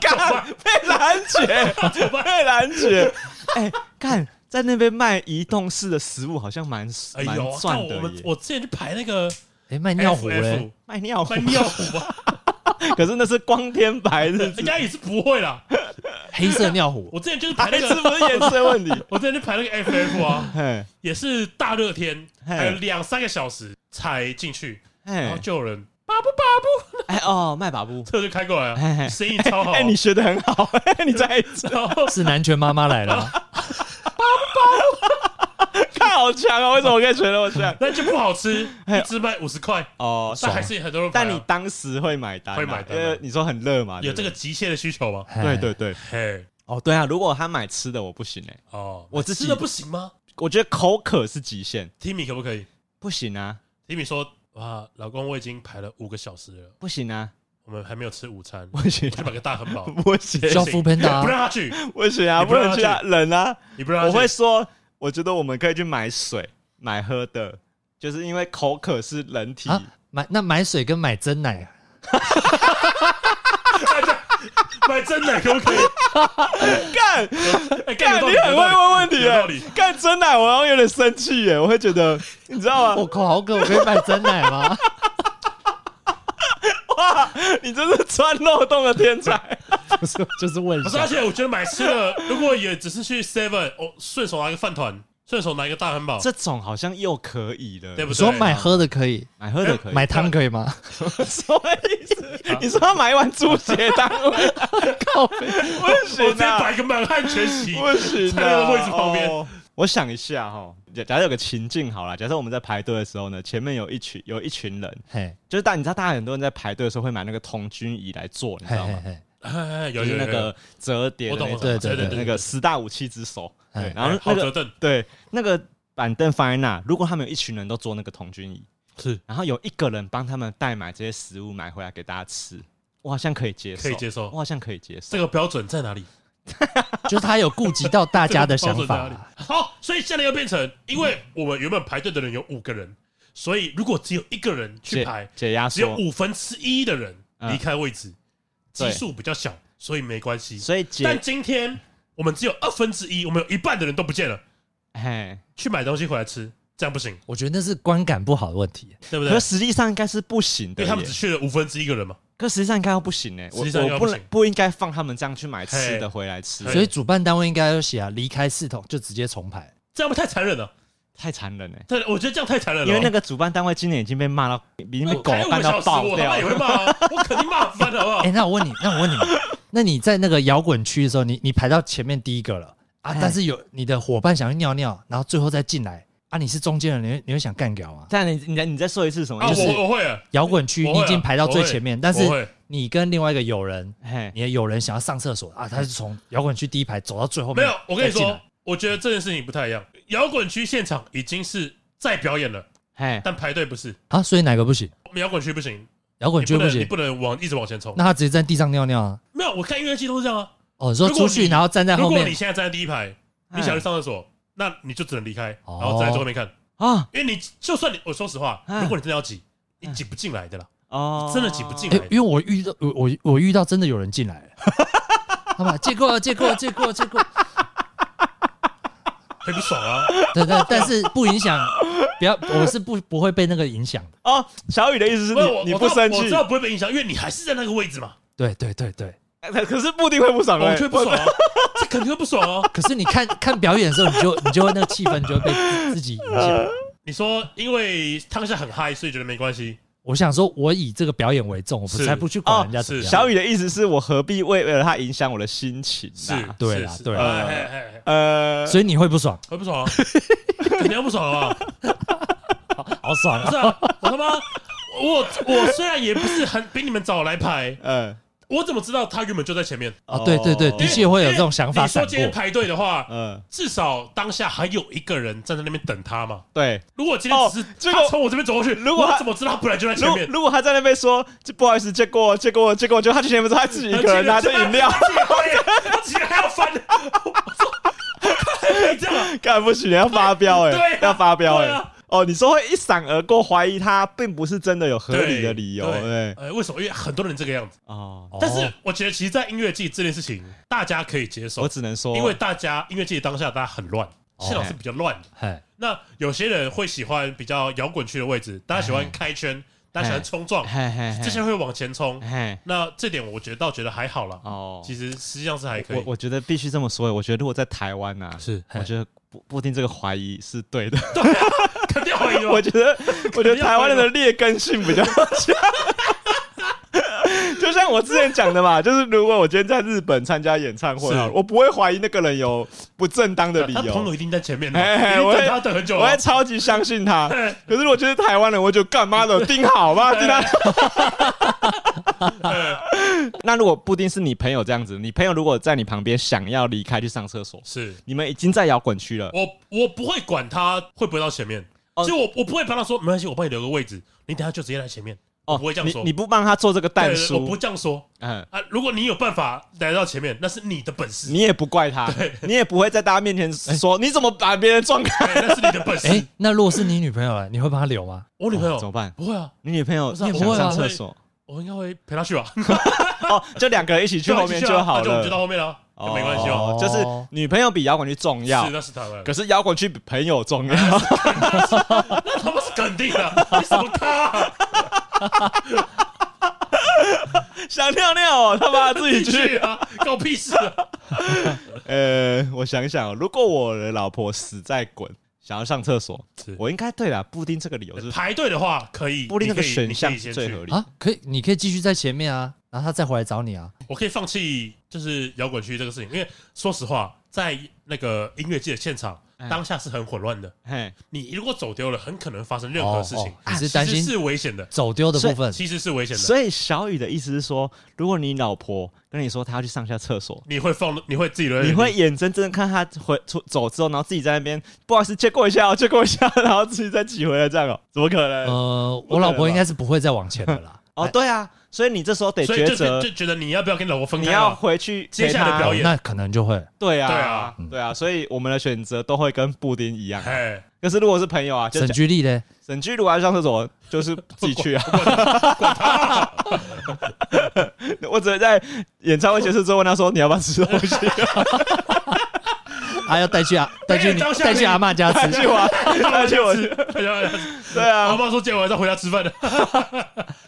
B: 干 [LAUGHS] 佩兰
C: 哎
B: 姐，佩兰姐，哎，干在那边卖移动式的食物好像蛮”
C: [LAUGHS] 哎
B: 蛮
C: 呦，看
B: 赚
C: 我
B: 的
C: 们
B: 耶，
C: 我之前去排那个
A: 哎，卖尿壶
C: F
A: 嘞
C: F，
B: 卖尿壶
C: 卖，尿壶吧，
B: [LAUGHS] 可是那是光天白日之
C: [LAUGHS] 人，家也是不会啦。
A: 黑色尿壶，
C: 我之前就是排
B: 还
C: 那
B: 是
C: 哎个，
B: 不是颜色问
C: [LAUGHS]
B: 题？
C: 我之前去排那个 F
B: [LAUGHS]
C: F 啊，
B: 嘿，
C: 也是大热天，
B: 嘿
C: 还有两三个小时才进去，然后
B: 嘿，
C: 就有人
B: 哎哦，卖把布。
C: 车就开过来
B: 嘿
C: 啊，
B: 嘿
C: 生意超好啊。
B: [LAUGHS] 哎、你学的很好，哎，你再一次，
C: [LAUGHS] 然后
A: 是南拳妈妈来
B: [LAUGHS]
A: 了吗，
B: 看好强哦！为什么我可以学那么
C: [LAUGHS]
B: 强？
C: 那就不好吃，
B: 哎
C: 一只卖五十块，
B: 哦，
C: 但
B: 爽
C: 还！是很多人买啊。
B: 但你当时会买单啊、
C: 会买单啊
B: 因为你说很热嘛，
C: 有
B: 对
C: 这
B: 不
C: 个急切的需求
A: 哎
C: 吗？
B: 对？对对对，
C: 嘿，
B: 哦，对啊，如果他买吃的，我不行哎、
C: 哦，
B: 我自己
C: 吃的不行吗
B: 我觉得口渴是极限，
C: ？Timmy 可不可以
B: 不行啊，
C: ？Timmy 说：“哇，老公，我已经排了五个小时了，
B: 不行啊， [LAUGHS]
C: 我们还没有吃午餐，
B: 不行
C: 我去买个大汉
B: [LAUGHS]
C: 堡，
B: 啊，不
C: [LAUGHS]
B: 行，
A: 叫福片大
C: 不，让他去，
B: 不行啊，
C: 你不
B: 不
C: 让
B: 能去啊，冷啊！
C: 你不让
B: 我
C: 他
B: 会
C: 去，
B: 说，我觉得我们可以去买水，买喝的，就是因为口渴是人体。
A: 啊，买那买水跟买真奶，
C: [LAUGHS] 买真奶可
B: [LAUGHS]
C: 不可以？
B: 干、
C: 哎，
B: 干，
C: 干
B: 你很会问问题
C: 有道理
B: 哎！干真奶，我好像有点生气耶，我会觉得，你知道吗？
A: 我靠，好渴，我可以买真奶吗？ [LAUGHS]
B: 哇，你真是钻漏洞的天才！
A: 不是，就是问一
C: 不是，
A: 下
C: 而。且我觉得买吃的，如果也只是去 Seven，哦，顺手拿个饭团，顺手拿一个大汉堡，
B: 这种好像又可以了，
C: 对不
A: 你
C: 对？
A: 说买喝的可以，
B: 买喝的可以，
A: 买汤可以吗？
B: [LAUGHS] 什么意思？你说要买一碗猪血汤，靠，不
C: 我直
B: 行
C: 接
B: 啊！
C: 摆个满汉全席，
B: 不行
C: 在那
B: 啊！
C: 个位置旁边
B: 哦我想一下哈，假假设有个情境好了，假设我们在排队的时候呢，前面有一群有一群人，
A: 嘿，
B: 就是大你知道，大家很多人在排队的时候会买那个童军椅来坐，你知
A: 嘿
B: 道
A: 嘿
B: 吗？
A: 嘿，
C: 哎，有
B: 就
C: 有
B: 是
C: 有
B: 那个折叠
C: 我
B: 的
C: 懂，我
B: 那
C: 懂，
B: 种
A: 对
C: 对
A: 对
B: 那个十大武器之首，
A: 哎
B: 对，然后
C: 好
B: 那
C: 折
B: 个
C: 凳
B: 对那个板凳放在那，如果他们有一群人都坐那个童军椅，
C: 是
B: 然后有一个人帮他们代买这些食物买回来给大家吃，我好像可以接受，
C: 可以接受
B: 我好像可以接受。
C: 这个标准在哪里？
A: 就是他有顾及到大家的
C: 这个
A: 想
C: 标准在 [LAUGHS]
A: 法啊
C: 哪里，好，所以现在又变成，因为我们原本排队的人有五个人，所以如果只有一个人去
B: 解
C: 排，
B: 解压
C: 只有
B: 缩，
C: 五分之一的人
B: 嗯
C: 离开位置，基
B: 对
C: 数比较小，所以没关系。
B: 所以
C: 但
B: 解
C: 今天我们只有二分之一，我们有一半的人都不见了，
B: 哎，
C: 去买东西回来吃，这样不行，
A: 我觉得那是观感不好的问题。
C: 对不对
B: 可？实际上应该是不行
C: 因
B: 的
C: 为
B: 耶，
C: 他们只去了五分之一个人嘛，
B: 可实际上应该要不行呢，我
C: 实际上应该
B: 我
C: 不
B: 不
C: 行
B: 能不应该放他们这样去买吃
C: 嘿
B: 的回来吃
C: 对，
A: 所以主办单位应该要写啊，离开系统就直接重排。
C: 这样不太残忍了。
B: 太残忍了。
C: 对，我觉得这样太残忍了。
B: 因为那个主办单位今年已经被骂到，已经被
C: 我
B: 狗
C: 开五
B: 干
C: 个
B: 到
C: 小时，
B: 爆
C: 我他
B: 掉
C: 妈也会
B: 了。
C: 骂啊，我肯定骂翻，好不好
A: [LAUGHS] 哎、？那我问你，那我
C: [LAUGHS]
A: 问你，那你在那个摇滚区的时候，你你排到前面第一个了啊，
B: 哎
A: 但是有你的伙伴想去尿尿，然后最后再进来啊，你是中间人，你会你会想干掉吗？
B: 但你你再你再说一次什么
C: 啊，
B: 意思？
C: 我我会了，
A: 摇滚区
C: 我
A: 你
C: 会啊
A: 已经排到最前面，但
C: 我
A: 是
C: 会
A: 你跟另外一个友人，
B: 嘿，
A: 你的友人想要上厕所啊，他是从摇滚区第一排走到最后
C: 没
A: 面。
C: 有，我跟你
A: 再进来
C: 说，，我觉得这件事情不太一样。摇滚区现场已经是在表演了，
B: 嘿，
C: 但排队不是。
A: 啊，所以哪个不行？
C: 我们摇滚区不行，
A: 摇滚
C: 你
A: 区
C: 不
A: 不
C: 能你
A: 行，
C: 不能往一直往前冲。
A: 那他直接在地上尿尿啊？
C: 没有，我看音乐剧都是这样啊。
A: 哦，你说
C: 如果
A: 出去
C: 你
A: 然后站在
C: 如
A: 后
C: 果你
A: 面，
C: 现在站在第一排，你想去上厕所，那你就只能离开，
A: 哦
C: 然后站在最后面看。
B: 啊
C: 因为你就算你，我说实话，
A: 啊
B: 哎
C: 如果你真的要挤，你挤不进来的啦。
B: 哦
C: 真的挤不进
A: 哎、因为我遇到我我我遇到真的有人进来 [LAUGHS] 了，好吧，借过借过借过借过，
C: 很不
A: [LAUGHS]
C: 爽啊！
A: 对对，但是不影响，不要，我是不不会被那个影响的。
B: 哦，小雨的意思是
C: 不是我，
B: 你你
C: 我
B: 不
C: 知道
B: 生
C: 我
B: 气
C: 知，道不会被影响，因为你还是在那个位
A: [LAUGHS]
C: 置嘛。
A: 对对对对。
B: 呃可是布丁会不爽
C: 我
B: 哎，
C: 觉得不爽啊， [LAUGHS] 这肯定会不爽啊！
A: 可是你看 [LAUGHS] 看表演的时候，你就你就会那个气氛就会被自自己影响。
C: 你说，因为当下很嗨，所以觉得没
A: [LAUGHS]
C: 关系。
A: 我想说，我以这个表演为重，我不
C: 是
A: 才不去管人家
C: 哦
A: 怎么
C: 是
A: 样。
B: 小雨的意思是我何必为为了他影响我的心情
C: 是
B: 呐？，
A: 啊对
C: 是
A: 啦
C: 是
A: 对
B: 啦
C: 哎哎哎哎
B: 呃，
A: 所以你会不爽，
C: 会不爽啊，肯定要不爽啊！
A: 好爽
C: 不
A: 啊！
C: 是啊，我他妈，我我虽然也不是很比你们早来排，
B: 嗯，
C: 我怎么知道他原本就在前面？
A: 哦，对对对，
B: 哦
A: 的确会有这种想法
C: 你说
A: 闪
C: 今天
A: 过。
C: 排队的话，
B: 嗯，
C: 至少当下还有一个人站在那边等他嘛。
B: 对。
C: 如果今天只
B: 哦
C: 是
B: 这个
C: 他从我这边走过去，
B: 如果
C: 我
B: 他
C: 怎么知道他本来就在前
B: 如
C: 面？
B: 如果他在那边说，这不好意思，结果结果结果，就他去前面之后，他自己一个人拿着饮料，
C: 他自己喝耶他自己还要翻，我说还可以这样啊？
B: [LAUGHS] 干不行，要发飙 [LAUGHS] 哎、
C: 对啊
B: 要发飙哎、
C: 对啊
B: 哦，你说会一闪而过，怀疑他并不是真的有合理的理由，哎对
C: 对，呃，为什么？因为很多人这个样子。
B: 哦，
A: 哦
C: 但是我觉得，其实，在音乐季这件事情，大家可以接受
B: 我，只能说，哦
C: 因为大家音乐季当下大家很乱，现场是比较乱的。
A: 嘿，
C: 那有些人会喜欢比较摇滚区的位置，大家喜欢开圈，大家喜欢冲撞，
B: 哦嘿嘿嘿
C: 这些人会往前冲。
B: 嘿
C: 那这点我觉得倒觉得还好啦，
B: 哦，
C: 其实实际上是还可
B: 我
C: 以。
B: 我觉得必须这么说，我觉得如果在台湾呐、啊，
C: 是
B: 我觉得布布丁这个怀疑是对的，
C: 肯定怀疑 [LAUGHS]
B: [LAUGHS] 我
C: 哦，
B: 觉得我觉得台湾人的劣根性比较强。 [LAUGHS] 就像我之前讲的嘛，就是如果我今天在日本参加演唱会
C: 是
B: 啊，我不会怀疑那个人有不正当的理
C: 他朋
B: 由
C: 友，一定在前面的，
B: 哎哎
C: 一定
B: 我
C: 等
B: 也
C: 他等很久
B: 我
C: 啊
B: 还。超级相信
C: [LAUGHS]
B: 他。
C: 哎
B: 可是我觉得台湾人，我就干妈的盯好吧，盯
C: [LAUGHS]
B: 他。 [LAUGHS] 那如果布丁是你朋友这样子，你朋友如果在你旁边想要离开去上厕所，
C: 是
B: 你们已经在摇滚区了，
C: 我我不会管他会不会到前面，
B: 哦
C: 就我我不会帮他说没关系，我帮你留个位置，你等下就直接来前面。我
B: 哦，
C: 不会这样说
B: 你你不帮他做这个
C: 对
B: 蛋
C: 对我不
B: 叔
C: 会，这样说
B: 嗯，
C: 啊。如果你有办法来到前面，那是你的本事，
B: 你也不怪他，你也不会在大家面前说
C: 哎
B: 你怎么把别人撞
C: [LAUGHS]
B: 开。
C: 对那是你的本
A: 哎
C: 事。，
A: 那如果是你女朋友哎，你会帮她留吗？
C: 我女朋
B: 哦怎么
C: 友
B: 办？
C: 不会啊，
B: 你女朋友
C: 不是啊
B: 想
A: 我会啊
B: 上厕所
C: 我应该会陪她
B: [LAUGHS]
C: 去吧。
B: 哦，就两个人一起去后面就好
C: 啊那就我们就到
B: 了，
C: 后面了，就没关系
A: 哦
C: 哦。
B: 就是女朋友比摇滚区重要
C: 是，那是台湾，
B: 可是摇滚区比朋友
C: [LAUGHS]
B: 重要。
C: 那 [LAUGHS] 他妈是肯定的，你什么咖
B: [LAUGHS]
C: 啊？
B: 想尿尿哦，他妈自己
C: [LAUGHS] 你去
B: 去。
C: 啊，关我屁事啊！
B: 呃，我想想哦，如果我的老婆死在滚，想要上厕所
C: 是，
B: 我应该对啦，布丁这个理由是
C: 排队的话可以，
B: 布丁这个
C: 你可以
B: 选项
C: 你可
B: 是
C: 以先
B: 最
C: 去
B: 合理。
A: 啊，可以，你可以继续在前面啊，然后他再回来找你啊。
C: 我可以放弃就是摇滚区这个事情，因为说实话，在那个音乐季的现场，
B: 哎
C: 当下是很混乱的。
B: 嘿，
C: 你如果走丢了，很可能发生任何事情
A: 哦哦，你是担心
C: 其实是危险的，
A: 走丢的部分，
C: 其实是危险的。
B: 所以小雨的意思是说，如果你老婆跟你说她要去上下厕所，
C: 你会放，你会自己的，
B: 你会眼睁睁看她回出走之后，然后自己在那边不好意思借过一下、哦，借过一下，然后自己再挤回来，这样哦？怎么可能？
A: 呃，
B: 不可
A: 我
B: 能
A: 老婆
B: 吧
A: 应该是不会再往前的啦。
B: 哦，
A: 哎
B: 对啊，所以你这时候得
C: 所以就
B: 抉择
C: 就，觉得你要不要跟老婆分
B: 你
C: 开
B: 要
C: 啊？
B: 回去
C: 接下来
B: 陪
C: 的
B: 她
C: 表演
A: 那可能就会
B: 对啊，
C: 对啊，
B: 对啊，所以我们的选择都会跟布丁一样。
C: 哎，
B: 可是如果是朋友啊，就
A: 沈居力嘞，
B: 沈居如果要上厕所，就是自己去 [LAUGHS] 啊。我只能在演唱会结束之后问他说：“你要不要吃东西 [LAUGHS]
A: 啊，要带去啊，带去你
C: 当下
A: 带去
C: 你
A: 阿嬷家？”
B: [LAUGHS] 他
A: 吃。
B: 去玩，他去玩。 [LAUGHS] 对
C: 阿
B: 啊，
C: 哎妈说今天晚上回家吃饭的，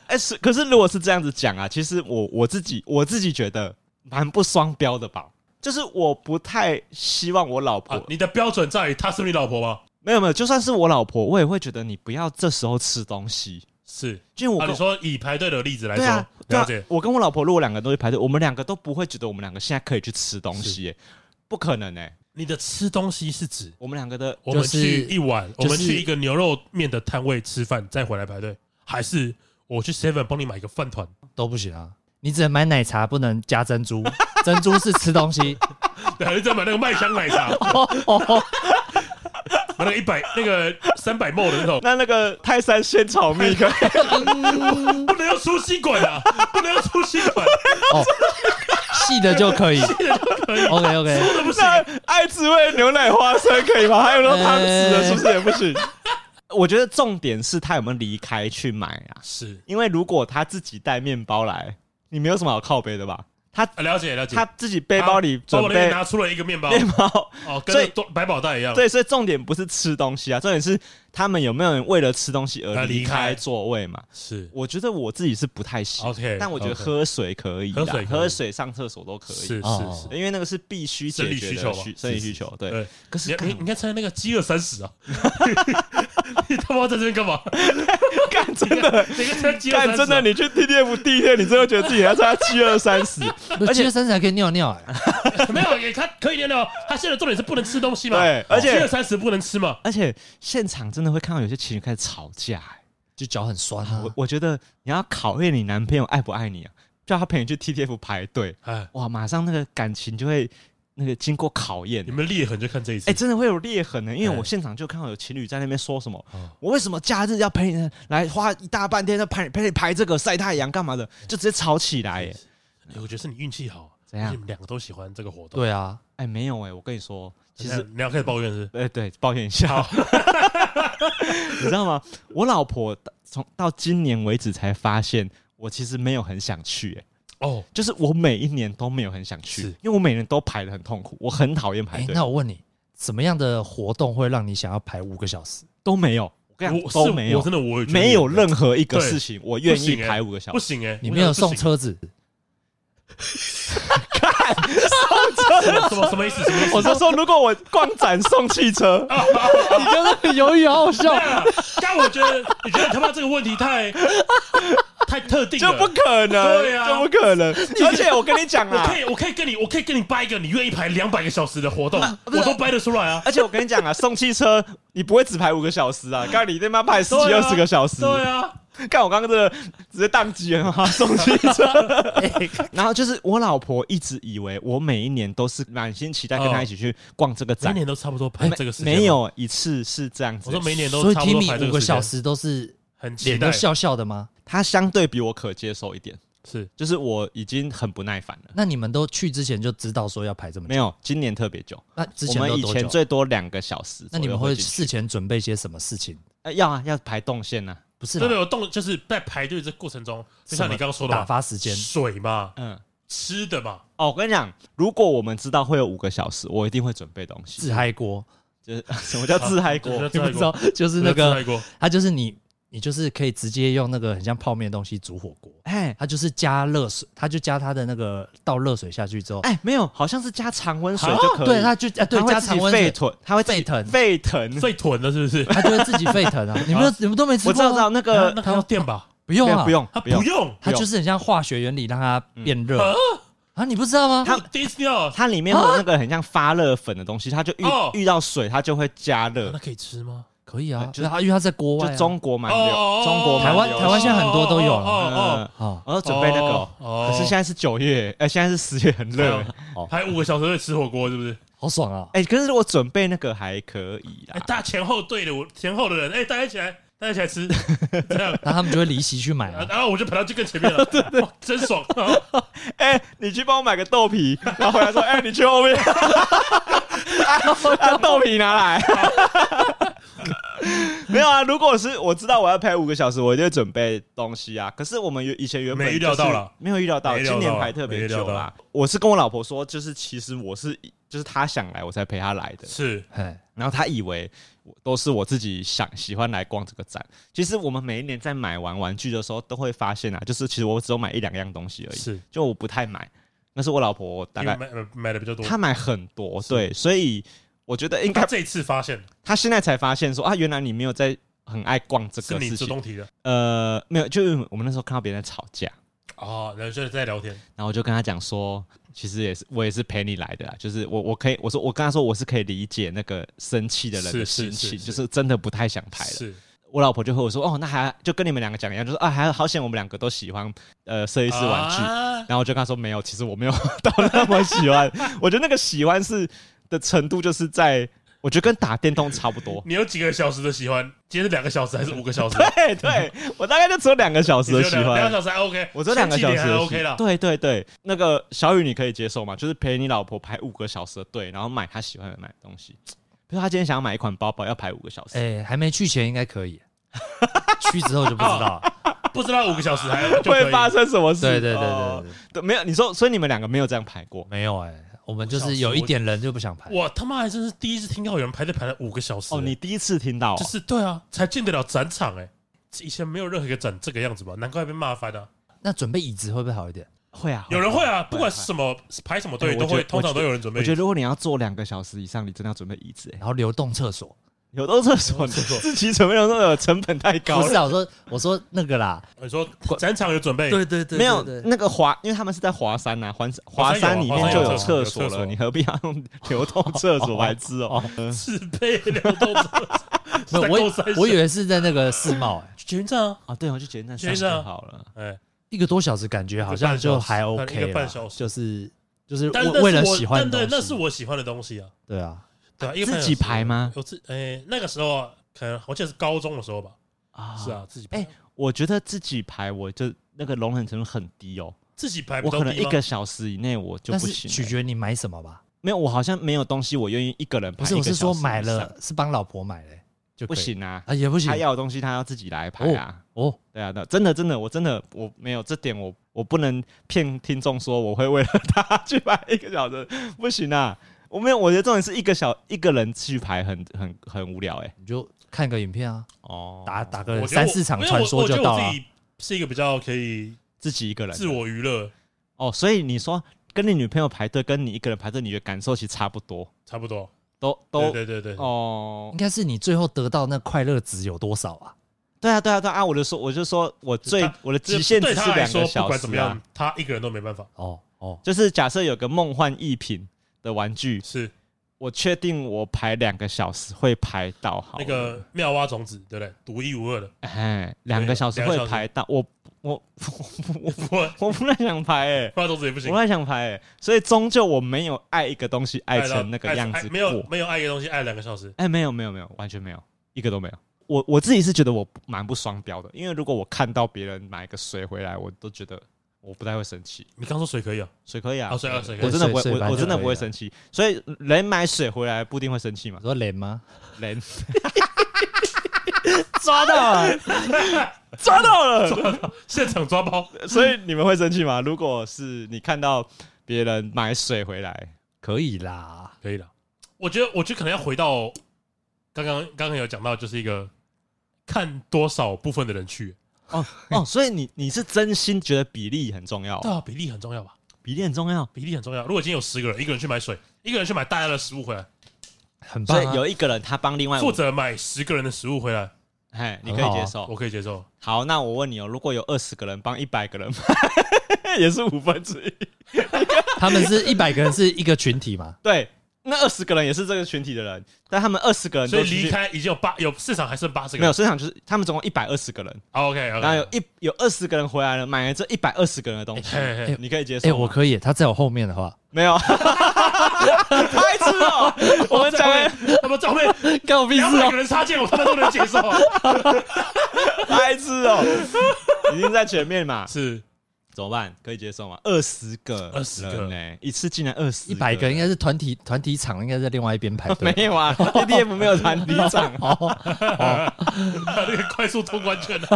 B: 哎，是可是如果是这样子讲啊，其实我我自己我自己觉得蛮不双标的吧。就是我不太希望我老婆
C: 啊，你的标准在于她是不是你老婆吗？
B: 没有没有，就算是我老婆，我也会觉得你不要这时候吃东西，
C: 是
B: 因为我
C: 啊，
B: 跟
C: 你说以排队的例子来
B: 对
C: 说
B: 啊，，对
C: 了
B: 啊
C: 解，
B: 我跟我老婆如果两个都去排队，我们两个都不会觉得我们两个现在可以去吃东西、欸，不可能哎、
C: 你的吃东西是指
B: 我们两个的 [LAUGHS]
C: 我们
A: 就是
C: 去一碗，我
A: 是
C: 们去一个牛肉面的摊位吃饭，再回来排队，还是我去 Seven 帮你买一个饭团？ [LAUGHS]
A: 都不行啊，你只能买奶茶，不能加珍珠， [LAUGHS] 珍珠是吃东西。哦
C: 对，还是再买那个麦香奶
B: [LAUGHS]
C: 茶，买那个一百那个三百 ml 的那种，
B: 那那个泰山鲜炒蜜可以
C: 不能用出吸管
B: [LAUGHS]
C: 啊，不能用出吸管，
A: 哦， [LAUGHS] 细的就可以。OK [LAUGHS] OK，
C: 这不行。
B: 那爱滋味牛奶花生可以吗？还有那汤匙的，是不是也不行？ [LAUGHS] 我觉得重点是他有没有离开去买啊，
C: 是，
B: 因为如果他自己带面包来，你没有什么好靠背的吧？他
C: 啊了解了解。
B: 他自己背包里
C: 啊包
B: 准
C: 包里面
B: 备
C: 拿出了一个面包，
B: 面包， [LAUGHS]
C: 哦，
B: 所以
C: 跟多百宝袋一样。
B: 对，所以重点不是吃东西啊，重点是他们有没有人为了吃东西而
C: 而离
B: 离开
C: 开
B: 座位嘛？
C: 是
B: 我觉得我自己是不太行
C: OK，
B: 但我觉得
C: OK
B: 喝水可以啦，
C: 喝水可以
B: 喝水、上厕所都可以，
C: 是是
A: 哦
C: 是。
B: 因为那个是必须解决的
C: 生理需求嘛
B: 生理需求。啊对，
C: 对，
B: 可是
C: 你
B: 干
C: 你你看参加那个饥饿三十啊， [LAUGHS] 你他妈在这边干
B: [LAUGHS]
C: 嘛？
B: [LAUGHS] 干真的。
C: 你看参加饥饿
B: 干
C: 三十，啊
B: 真的，你去 T T F 第一天，你真的觉得自己要参加七二三十， [LAUGHS]
A: 而
B: 而且
A: 且身材可以尿尿哎、
C: 没有，也他可以聊聊。他现在重点是不能吃东西嘛，哦
B: 对而且
C: 饥饿三十不能吃嘛，
B: [LAUGHS] 而且现场真的会看到有些情侣开始吵架、欸
A: 就脚很酸啊
B: 我。我觉得你要考验你男朋友爱不爱你啊，叫他陪你去 T T F 排队，
C: 哎，
B: 哇，马上那个感情就会那个经过考验
C: 你。们裂痕就看这一次
B: 哎、。真的会有裂痕呢、因为我现场就看到有情侣在那边说什么，我为什么假日要陪你来花一大半天在陪陪你拍这个晒太阳干嘛的，就直接吵起来、欸。
C: 哎我觉得是你运气好，
B: 怎样
C: 因为你们两个都喜欢这个活动。
A: 对啊，
B: 哎、没有哎、我跟你说，其
C: 其
B: 实
C: 实你要开始抱怨是不
B: 哎、对，抱怨一下， [LAUGHS] 你知道吗？我老婆从到今年为止才发现，我其实没有很想去、欸，
C: 是哦，
B: 就是我每一年都没有很想去
C: 是，
B: 因为我每年都排的很痛苦，我很讨厌
A: 哎、
B: 排队，
A: 那我问你，什么样的活动会让你想要排五个小时？
B: 都没有，我跟你
C: 我
B: 讲
C: 是
B: 都没有
C: 我真，的我也觉得
B: 没有任何一个
C: 对
B: 事情我愿
C: 不
B: 意
C: 行欸
B: 排五个小
C: 不
B: 时。
C: 行哎，
A: 你没有送
C: 我
A: 车子，
C: 觉得不行，什么什么意思？什么意思？
B: 我是
C: [LAUGHS]
B: 说，如果我逛展送汽车，
A: 你刚刚的犹豫好好笑。
C: 但我觉得，你觉得他妈这个问题太太特定
B: 就
C: 了，
B: 不可能，
C: 对啊
B: 就不可能。而且我跟你讲
C: 我
B: 啊
C: 可，以，我可以跟你，我可以跟你掰一个，你愿意排两百个小时的活动，
A: 是
C: 我都掰得出来啊。
B: 而且我跟你讲啊，送汽车你不会只排五个小时啊，刚你他妈排十几
C: 对
B: 二
C: 啊
B: 十个小时，
C: 对啊，
B: [LAUGHS] 看我刚刚真的直接宕机了 [LAUGHS] 哈，送汽车。然后就是我老婆一直以为我每一年都是满心期待跟她一起去逛这个
C: 每
B: 展，
C: 年都差不多排
B: 没
C: 这个时间，
B: 没，有一次是这样子
C: 我说。每年都
A: 所以
C: 差不多
A: Timmy
C: 排这
A: 五个
C: 时
A: 小
C: 间，
A: 时都是
C: 很期
A: 脸
C: 待
A: 都，笑笑的吗？
B: 她相对比我可接受一点，
C: 是
B: 就是我已经很不耐烦了。
A: 那你们都去之前就知道说要排这么
B: 没
A: 久？
B: 有，今年特别久。
A: 那之
B: 我
A: 前
B: 们
A: 都
B: 以
A: 多
B: 前
A: 久？
B: 最多两个小时左右进去。
A: 那你们会事前准备些什么事情？
B: 呃要啊，要排动线啊。
A: 不是啦
C: 对对，我动就是在排队这过程中，就像你刚刚说的
A: 打
C: 嘛，
A: 发时间，
C: 水嘛，
B: 嗯，
C: 吃的嘛，
B: 哦，我跟你讲，如果我们知道会有五个小时，我一定会准备东西。
A: 自嗨锅，
B: 就是什么叫自嗨锅？
C: [LAUGHS] 就是
A: 你不知道，就是
C: 自
A: 那
C: 嗨锅
A: 个
C: 自嗨锅
A: 它就是你，你就是可以直接用那个很像泡面的东西煮火锅，
B: 哎
A: 它就是加热水，它就加它的那个倒热水下去之后，
B: 哎，没有，好像是加常温
C: 哦
B: 水
A: 啊
B: 就可以。
A: 对，它就啊对
B: 它会
A: 加
B: 自己
A: 常温
B: 沸
A: 水，
B: 腾，它会自己
A: 沸腾
B: 沸腾。
C: 沸腾了是不是？
A: 它就会自己沸腾啊！你们都你们都没吃过
B: [LAUGHS] 我
A: 吗，
B: 知道，知道那
C: 啊
B: 个
C: 那还要电吧？
A: 不用
B: 没有
A: 啊，
B: 不，用
C: 啊，
B: 不用
C: 不，用，
A: 它就是很像化学原理让它变热，它啊，你不知道吗？
B: 它
C: 第一次听到，
B: 它里面会有那个很像发热粉的东西，它就遇、
C: 哦
B: 遇到水，它就会加热
C: 那。可以吃吗？
A: 可以啊，
B: 就
A: 就是他因为他在国外啊，
B: 就中国蛮流，
C: 哦
B: 中国蛮
A: 台湾
B: 流嗯
A: 台湾现在很多都有了
C: 哦
A: 啊，
B: 我要准备那个哦，
C: 哦
B: 可是现在是九月，呃，现在是十月，很热。
C: 哦，还五个小时会吃火锅，是不是？
A: 好爽啊！
B: 哎，可是我准备那个还可以
C: 哎，
B: 啦。
C: 大家前后队的，我前后的人，哎，大家一起来， [LAUGHS] 大家一起来
B: [LAUGHS]
C: 吃，这样，
A: 那他们就会离席去买
C: 啊
A: 啊，
C: [LAUGHS] 然后我就跑到最更前
B: [LAUGHS]
C: 面了，哇真爽！哦
B: 哎，你去帮我买个豆皮， [LAUGHS] 然后回来说，哎，你去 [LAUGHS] 后面，把豆皮拿来。 [LAUGHS] 没有啊，如果是我知道我要陪五个小时，我一定会准备东西啊。可是我们原以前原本
C: 没预料
B: 就是
C: 到啦
B: 没有预料到，
C: 没预料
B: 今年
C: 到
B: 排特
C: 没
B: 别
C: 预料
B: 久
C: 到
B: 啦。我是跟我老婆说，就是其实我是就是她想来，我才陪她来的。
C: 是
A: 哎，
B: 然后他以为我都是我自己想喜欢来逛这个展。其实我们每一年在买完玩具的时候，都会发现啊，就是其实我只有买一两样东西而已，
C: 是，
B: 就我不太买。那是我老婆大
C: 因
B: 概
C: 为买买的比较多。
B: 她买很多，对，所以我觉得应该
C: 他这一次发现
B: 她现在才发现说啊，原来你没有在很爱逛这
C: 是
B: 个
C: 你
B: 事
C: 主
B: 情。
C: 动提的
B: 呃，没有，就是我们那时候看到别人在吵架，
C: 哦，然后就是在聊天，
B: 然后我就跟他讲说，其实也是我也是陪你来的啦，就是我我可以我说我跟他说我是可以理解那个生气的人的
C: 是是
B: 心
C: 是
B: 情，
C: 是
B: 就是真的不太想拍了。
C: 是
B: 我老婆就和我说：“哦，那还就跟你们两个讲一样，就是啊，还好险我们两个都喜欢呃设计师玩具。
C: 啊
B: 然后我就跟她说：“没有，其实我没有 [LAUGHS] 到那么喜欢。我觉得那个喜欢是的程度，就是在我觉得跟打电动差不多
C: [LAUGHS] 。你有几个小时的喜欢？今天是两个小时还是五
B: [LAUGHS]
C: 个小时？
B: 对对，我大概就只有两个小时
C: 你
B: 的
C: 只
B: 喜
C: 有两两
B: 欢
C: 个。小时还 OK，
B: 我只有两个小时的
C: 前几
B: 喜
C: 年
B: 欢
C: 还 OK 啦。
B: 对对对，那个小雨你可以接受吗？就是陪你老婆排五个小时的队，然后买她喜欢的买的东西。比如她今天想要买一款包包，要排五个小时。
A: 哎，还没去前应该可以， [LAUGHS] 去之后就不知道了。
C: 不知道五个小时还
B: [LAUGHS]
C: 就可
B: 会
C: 以
B: 发生什么事？
A: 对对对对
B: 哦
A: 对，
B: 对，没有你说，所以你们两个没有这样排过，
A: 没有哎，我们就是有一点人就不想排，
C: 我他妈还真是第一次听到有人排队排了五个小时、
B: 哦，你第一次听到、哦，
C: 就是对啊，才进得了展场哎、以前没有任何一个展这个样子吧？难怪被骂翻啊！
A: 那准备椅子会不会好一点？
B: 会啊，
C: 有人会啊，不管是
B: 会
C: 什么排什么队
B: 哎我
C: 都
B: 觉
C: 会，
B: 得
C: 通常都有人准备。
B: 我觉得如果你要坐两个小时以上，你真的要准备椅子、欸，
A: 然后流动厕所
B: 有的厕所你自己准备的厕所成本太高
A: 不是
B: 了。
A: 啊，我说我说那个啦，
C: 你说展场有准备，
A: 对对
B: 没有那个华，因为他们是在华山呐、啊，华华山里面就有厕所
C: 华山有有厕
B: 了，
C: 所
B: 你何必要用流动厕所白痴哦？
C: 自备流动车，
A: [LAUGHS] 没有，我
C: 在
A: 以
C: 够
A: 我以为是在那个世贸，哎，
C: 全站啊，
B: 啊，对，我就觉得那
C: 觉得
B: 三
C: 这样
B: 就好了。
C: 哎，
A: 一个多小时感觉好像就还 OK
C: 一个
A: 了
C: 半小，时
A: 就是就是
C: 但是
A: 为为了喜欢
C: 对
A: 的，
C: 那
A: 东
C: 是
A: 西，
C: 我喜欢的东西啊，
A: 对啊，
C: 对啊，一个半
B: 自
C: 小时
B: 己排吗？
C: 我自哎那个时候啊，可能我记得是高中的时候吧，
B: 啊
C: 是，啊，自己
B: 哎
C: 排，
B: 我觉得自己排，我就那个容忍程度很低哦，
C: 自己排比
B: 我
C: 较
B: 可能
C: 低
B: 一
C: 吗
B: 个小时以内我就
A: 但
B: 不
A: 是
B: 行、
A: 取决你买什么吧。
B: 没有，我好像没有东西我愿意一个人
A: 不
B: 排一
A: 是，
B: 个
A: 我
B: 小时
A: 是
B: 以上。
A: 说买了是帮老婆买嘞，就可
B: 不
A: 以
B: 行啊，
A: 啊，也不行
B: 他要的东西他要自己来排啊。
A: 哦。
B: 对啊，对，真的真的，我真的我没有这点我，我不能骗听众说我会为了他 [LAUGHS] 去排一个小时，不行啊！我没有，我觉得重点是一个小一个人去排很很很无聊哎、
A: 你就看个影片啊，
B: 哦，
A: 打打
C: 我
A: 个
C: 觉得我
A: 三四场
C: 没有
A: 传
C: 我
A: 说
C: 我
A: 就
C: 觉得
A: 到
C: 我
A: 了啊
C: 自。己是一个比较可以
B: 自己一个人啊
C: 自我娱乐，
B: 哦，所以你说跟你女朋友排队，跟你一个人排队，你的感受其实差不多，
C: 差不多，
B: 都都
C: 对对对对，
B: 哦
A: 应，该是你最后得到那快乐值有多少啊？
B: 对啊对啊对啊啊！我就说我就说我最
C: 他
B: 我的
C: 这
B: 极限只
C: 对
B: 是
C: 他来
B: 两
C: 说
B: 个
C: 不
B: 小
C: 管怎么
B: 时啊
C: 样，，他一个人都没办法，
A: 哦哦，
B: 就是假设有个梦幻一品的玩具，
C: 是
B: 我确定我排两个小时会排到好了，
C: 那个妙蛙种子，对不对？独一无二的， [LAUGHS]
B: 哎，两个小时会排到，我我我我
C: 不然
B: 我不太想排哎、
C: 不然种子也不
B: 我
C: 行
B: 不。太想排哎、所以终究我没有爱一个东西爱
C: 到
B: 成那个
C: 爱
B: 样
C: 爱
B: 子
C: 没有
B: 过，
C: 没有爱一个东西爱两个小时，
B: 哎，没有没有没有，完全没有，一个都没有。我我自己是觉得我蛮不双标的，因为如果我看到别人买一个水回来，我都觉得我不太会生气。
C: 你刚说水可以啊？ [LAUGHS]
B: 水可以啊，
C: 哦水啊水可以
B: 我真的不会，
A: 水水
B: 我
A: 反
B: 我
A: 正
B: 真的
A: 可以
B: 不会
A: 啊
B: 生气。所以人买水回来不一定会生气嘛
A: 你，说脸吗？
B: 人 [LAUGHS] 抓到了， [LAUGHS] 抓到了。
C: 现场抓包，
B: 所以你们会生气吗？如果是你看到别人买水回来，
A: 可以啦，
C: 可以的。我觉得，我觉得可能要回到刚刚刚刚有讲到，就是一个看多少部分的人去，
B: 哦哦，所以你你是真心觉得比例很重要哦，
C: 对啊，比例很重要吧？
B: 比例很重要。
C: 比例很重要。如果今天有十个人，一个人去买水，一个人去买大家的食物回来，
A: 很棒
B: 所以
A: 啊。
B: 有一个人他帮另外
C: 负
B: 五，
C: 责买十个人的食物回来，
B: 哎，你
A: 很
B: 可以
A: 好啊
B: 接受。
C: 我可以接受。
B: 好，那我问你哦，如果有二十个人帮一百个人买， [LAUGHS] 也是五分之一。
A: 他们是一百个人是一个群体 [LAUGHS] 嘛？
B: 对，那二十个人也是这个群体的人，但他们二十个人
C: 所
B: 都
C: 以
B: 出去
C: 离开已经有八有市场还剩八十个
B: 没有
C: 人，
B: 市场，就是他们总共一百二十个人，
C: OK
B: 然后有
C: OK，
B: 一有二十个人回来了，买了这一百二十个人的东西，
C: 嘿嘿
B: 你可以接受
A: 哎，
B: 吗？
A: 我可以，他在我后面的话，
B: 没有， [LAUGHS] 白痴哦！我哎们讲的
C: 他们照片
B: [LAUGHS]
A: 干我屁
B: 哦
C: 两百个人插件，我他妈都能接受。
B: 白痴哦，已经在前面嘛，
C: 是
B: 怎么办？可以接受吗？二十个，
C: 20个
B: 呢，一次进来二十，
A: 一百个应该是团体团体场，应该在另外一边排 [LAUGHS] 队。，
B: [LAUGHS] 没有啊，ADF 没有团体场
A: 哦，
C: 那个快速通关券啊，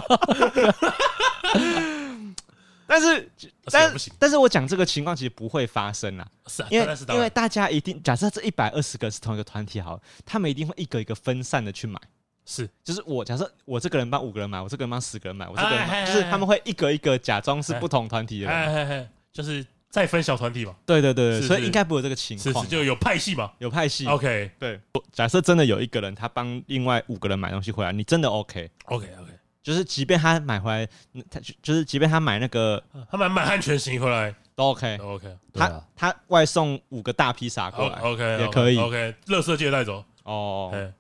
B: 但是
C: 但
B: [LAUGHS] 但
C: 不行，
B: 但是我讲这个情况其实不会发生啦，
C: 是啊，
B: 因为
C: 当然是当
B: 因为
C: 然，
B: 大家一定假设这一百二十个是同一个团体好了，他们一定会一个一个分散的去买。
C: 是
B: 就是我假设我这个人帮五个人买，我这个人帮十个人买，我这个人
C: 哎
B: 帮
C: 哎
B: 就是他们会一个一个假装是不同团体的人
C: 哎。哎哎，就是再分小团体嘛，
B: 对对对对，
C: 是
B: 所以
C: 是
B: 应该不会有这个情
C: 是
B: 况
C: 是，。就哦有派系嘛。
B: 有派系，
C: OK
B: 对。假设真的有一个人他帮另外五个人买东西回来，你真的 OK？
C: OK OK，
B: 就是即便他买回来，嗯他就就是即便他买那个
C: 他们买安全型回来
B: 都 OK，
C: ，OK
A: 对
B: 他
A: 啊，
B: 他外送五个大披萨过来
C: 哦 OK
B: 也可以
C: OK，乐色借带走。
B: 哦，
C: 哎，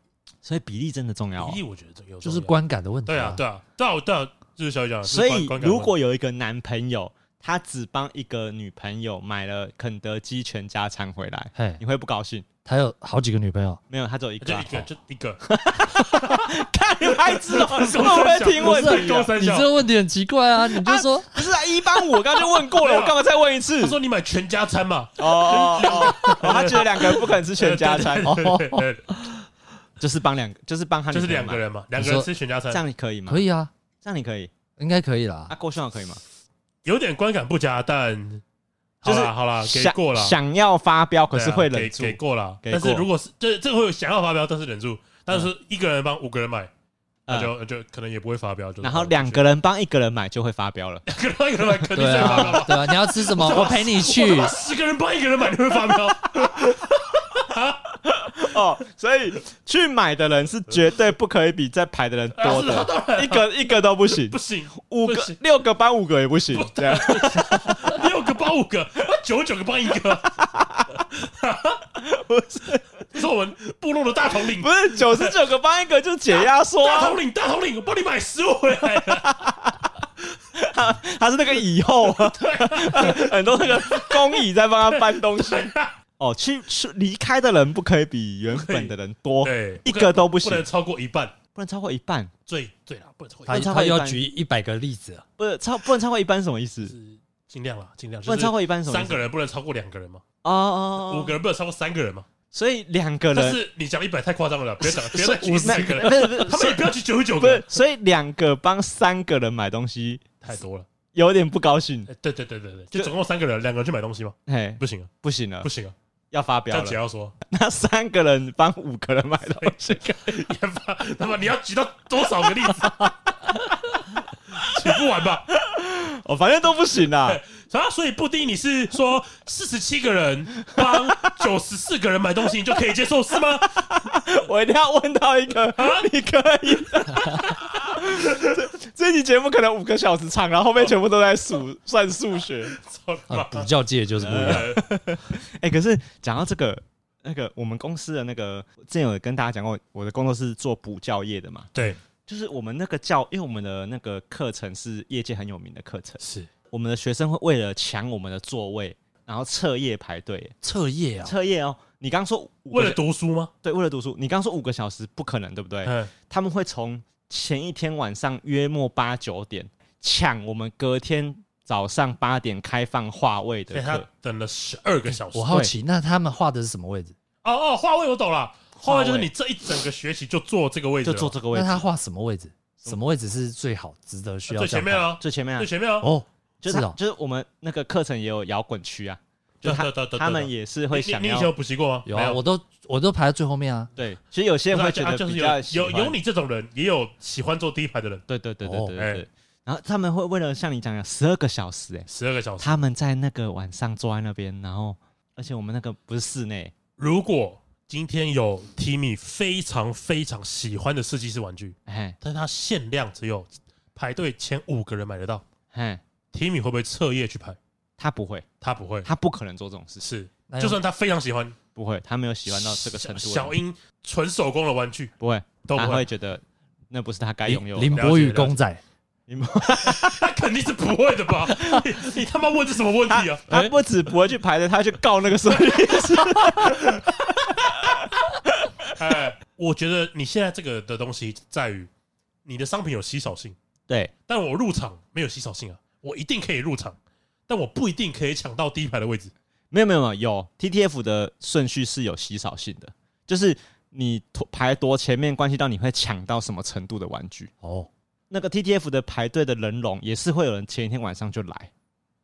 B: 所以比例真的重要哦
C: 比。例我觉得这个有
A: 就是
C: 关，
A: 观感的问题。
C: 对啊对啊，对啊对啊，就是小雨讲的，
B: 所
C: 是
B: 以
C: 观观感
B: 如果有一个男朋友，他只帮一个女朋友买了肯德基全家餐回来，
A: 嘿，
B: 你会不高兴？
A: 他有好几个女朋友，
B: 没有，他只有一个
C: 就
B: 啊
C: 一。个就一
B: [LAUGHS]
C: 个，
B: 看你孩子哦，
C: 不
B: 你
C: 是
B: 怎么会
C: [LAUGHS]
B: 听问
C: 不是
B: 题
C: 高
B: 啊？
C: 三
A: 你
C: 校
A: 这。个问题很奇怪 [LAUGHS] 啊！你就说
B: 不是啊，一般我刚刚就问过了，我干嘛再问一次
C: 他？说你买全家餐嘛，
B: 哦，哦哦
C: [LAUGHS]
B: 他觉得两个人不可能吃全家餐，哦， [LAUGHS]
C: 对对对
B: 就是帮两个，就是帮他女
C: 就是
B: 朋友
C: 两个
B: 买，
C: 人嘛，两个
A: 你
C: 人
A: 说
C: 吃全家餐
B: 这，样你可以吗？
A: 可以啊，
B: 这样你可以
A: 应该可以啦
B: 啊，。郭兄可以吗？
C: 有点观感不佳，但好
B: 就是
C: 啦好啦，啊给
B: 想
C: 过了，
B: 想要发飙，可
C: 对啊
B: 是会忍住
C: 给，给过了。
B: 给
C: 但是
B: 过
C: 如果是这这个会有想要发飙，但是忍住，但是一个人帮五个人买，那
B: 嗯
C: 就那就可能也不会发飙。就是
B: 然后两个人帮一个人买就会发飙了。
C: 两个人帮一个人买肯定
A: 对
C: 是会发飙
A: 啊
C: 吧，
A: 对啊，你要吃什么？我陪你
B: 啊
A: 去。
C: 十个人帮一个人买你会发飙，
B: 哦，所以去买的人是绝对不可以比在排的人多
C: 啊
B: 的，一个一个都不行
C: 不，行，
B: 五
C: 不
B: 个
C: 行
B: 六个搬五个也不行，这样
C: 六个帮五个，九九个帮一个，
B: [LAUGHS] 不是
C: 这是我们部落的大统领
B: 不。是九十九个搬一个就解压缩
C: 大
B: 啊
C: 统，领，大统领，我帮你买食物回来了。
B: [LAUGHS] 他是那个以后啊，很多那个工蚁在帮他搬东西。 [LAUGHS] 哦，去去离开的人不可以比原本的人多，
C: 对，
B: 一个都不
C: 哦不
B: 行，
C: 能超过一半，
B: 不能超过一半，
C: 最最啦，不能超过一
A: 他
C: 半，
B: 他
A: 他又要举一百个例子了，
B: 不是超不能超过一半是什么意思？
C: 是尽量啦，尽量。
B: 不能超过一半是什么意
C: 三
B: 思？
C: 个人，不能超过两个人嘛，
B: 哦哦，哦
C: 五个，人不能超过三个人嘛。
B: 所以两个
C: 但
B: 人
C: 是你讲一百太夸张了，别讲，别再
B: 所以
C: 举四个
B: 那不
C: 人，
B: 是不是
C: 他们也不要举九十九
B: 不
C: 个
B: 是
C: 人，，
B: 所以两个帮三个人买东西
C: 太多了。
B: 有点不高兴，
C: 哎对对对对对，
B: 就
C: 就总共三个人，两个人去买东西吗？
B: 嘿，
C: 不行啊，
B: 不行了
C: 不，行啊，
B: 要发
C: 这
B: 飙
C: 样解啊
B: 了。[LAUGHS]
C: 要说，
B: 那三个人帮五个人买东西，
C: 也发，那么你要举到多少个例子？ [LAUGHS] 举不完吧？
B: 哦，反正都不行啦。
C: 啊，所以布丁，你是说四十七个人帮九十四个人买东西，你就可以接受是吗？
B: [LAUGHS] 我一定要问到一个，你可以 [LAUGHS] 的。这这期节目可能五个小时长，然后后面全部都在 [LAUGHS] 数算数学。
C: 操
A: 啊
C: 他妈，
A: 补教界就是不一样。
C: 呃
B: 哎、可是讲到这个，那个我们公司的那个，之前有跟大家讲过，我的工作是做补教业的嘛，
C: [LAUGHS] 对，
B: 就是我们那个教，因为我们的那个课程是业界很有名的课程，
C: 是
B: 我们的学生会为了抢我们的座位，然后彻夜排队，
A: 彻夜啊，
B: 彻夜哦。你刚说五
C: 为
B: 个
C: 了读书吗？
B: 对，为了读书，你刚说五个小时不可能，对不哎对？
C: 嗯，
B: 他们会从前一天晚上约莫八九点抢我们隔天早上八点开放话位
C: 所
B: 的
C: 以他
B: 课，哎
C: 等了十二个小时
A: 我。好奇，那他们画的是什么位置？
C: 哦哦，话位我懂了，
B: 话
C: 话
B: 位
C: 位就是你这一整个学期就坐这个位置
B: 就
C: 了，
B: 坐这个位
A: 那
B: 置，
A: 他画什么位置？什么位置是最好、值得需要
C: 最
A: 这
C: 前
A: 样
C: 面
A: 画？
C: 啊，
B: 最前面啊
C: 最，前面啊。
A: 哦，
B: 就是是他
A: 哦，
B: 就是我们那个课程也有摇滚区啊，就
C: 对
B: 他
C: 对对对，
B: 他们
C: 对
B: 也是会
C: 你
B: 想
C: 你你以前有
B: 要
C: 补习过吗？
A: 有
C: 没
A: 啊，我都我都排在最后面啊。
B: 对，其实有些
C: 不
B: 人
C: 是啊
B: 会
C: 就
B: 觉得
C: 啊就是
B: 比
C: 有
B: 较喜
C: 有
B: 欢
C: 有你这种人，也有喜欢坐第一排的人，
B: 对对对对
A: 哦
B: 对
C: 哎
B: 对对，然后他们会为了像你讲的十二个小时，哎，
C: 十二个小时。
B: 他们在那个晚上坐在那边，然后而且我们那个不是室内，
C: 如果今天有 Timmy 非常非常喜欢的设计师玩具，
B: 哎
C: 但是它限量只有排队前五个人买得到
B: 哎，
C: ，Timmy 会不会彻夜去排？
B: 他不会，
C: 他不会，
B: 他不可能做这种事情，
C: 是
A: 哎呦
C: 就算他非常喜欢，
B: 不会，他没有喜欢到这个程度。
C: 小樱纯手工的玩具
B: 不会，
C: 都
B: 他
C: 不
B: 会
C: 会，
B: 觉得那不是他该拥有
A: 林
B: 的。
A: 林博宇公仔，
C: 他肯定是不会的
B: [LAUGHS]
C: 吧？你你他妈问这什么问
B: 他
C: 题啊？
B: 他不止不会去排队，他会去告那个设计师。
C: 哎，我觉得你现在这个的东西在于你的商品有稀少性，
B: [LAUGHS] 对，
C: 但我入场没有稀少性啊，我一定可以入场，但我不一定可以抢到第一排的位置。
B: 没有没有没有有 TTF 的顺序是有稀少性的，就是你拖排多前面，关系到你会抢到什么程度的玩具。
A: 哦，
B: 那个 TTF 的排队的人龙也是会有人前一天晚上就来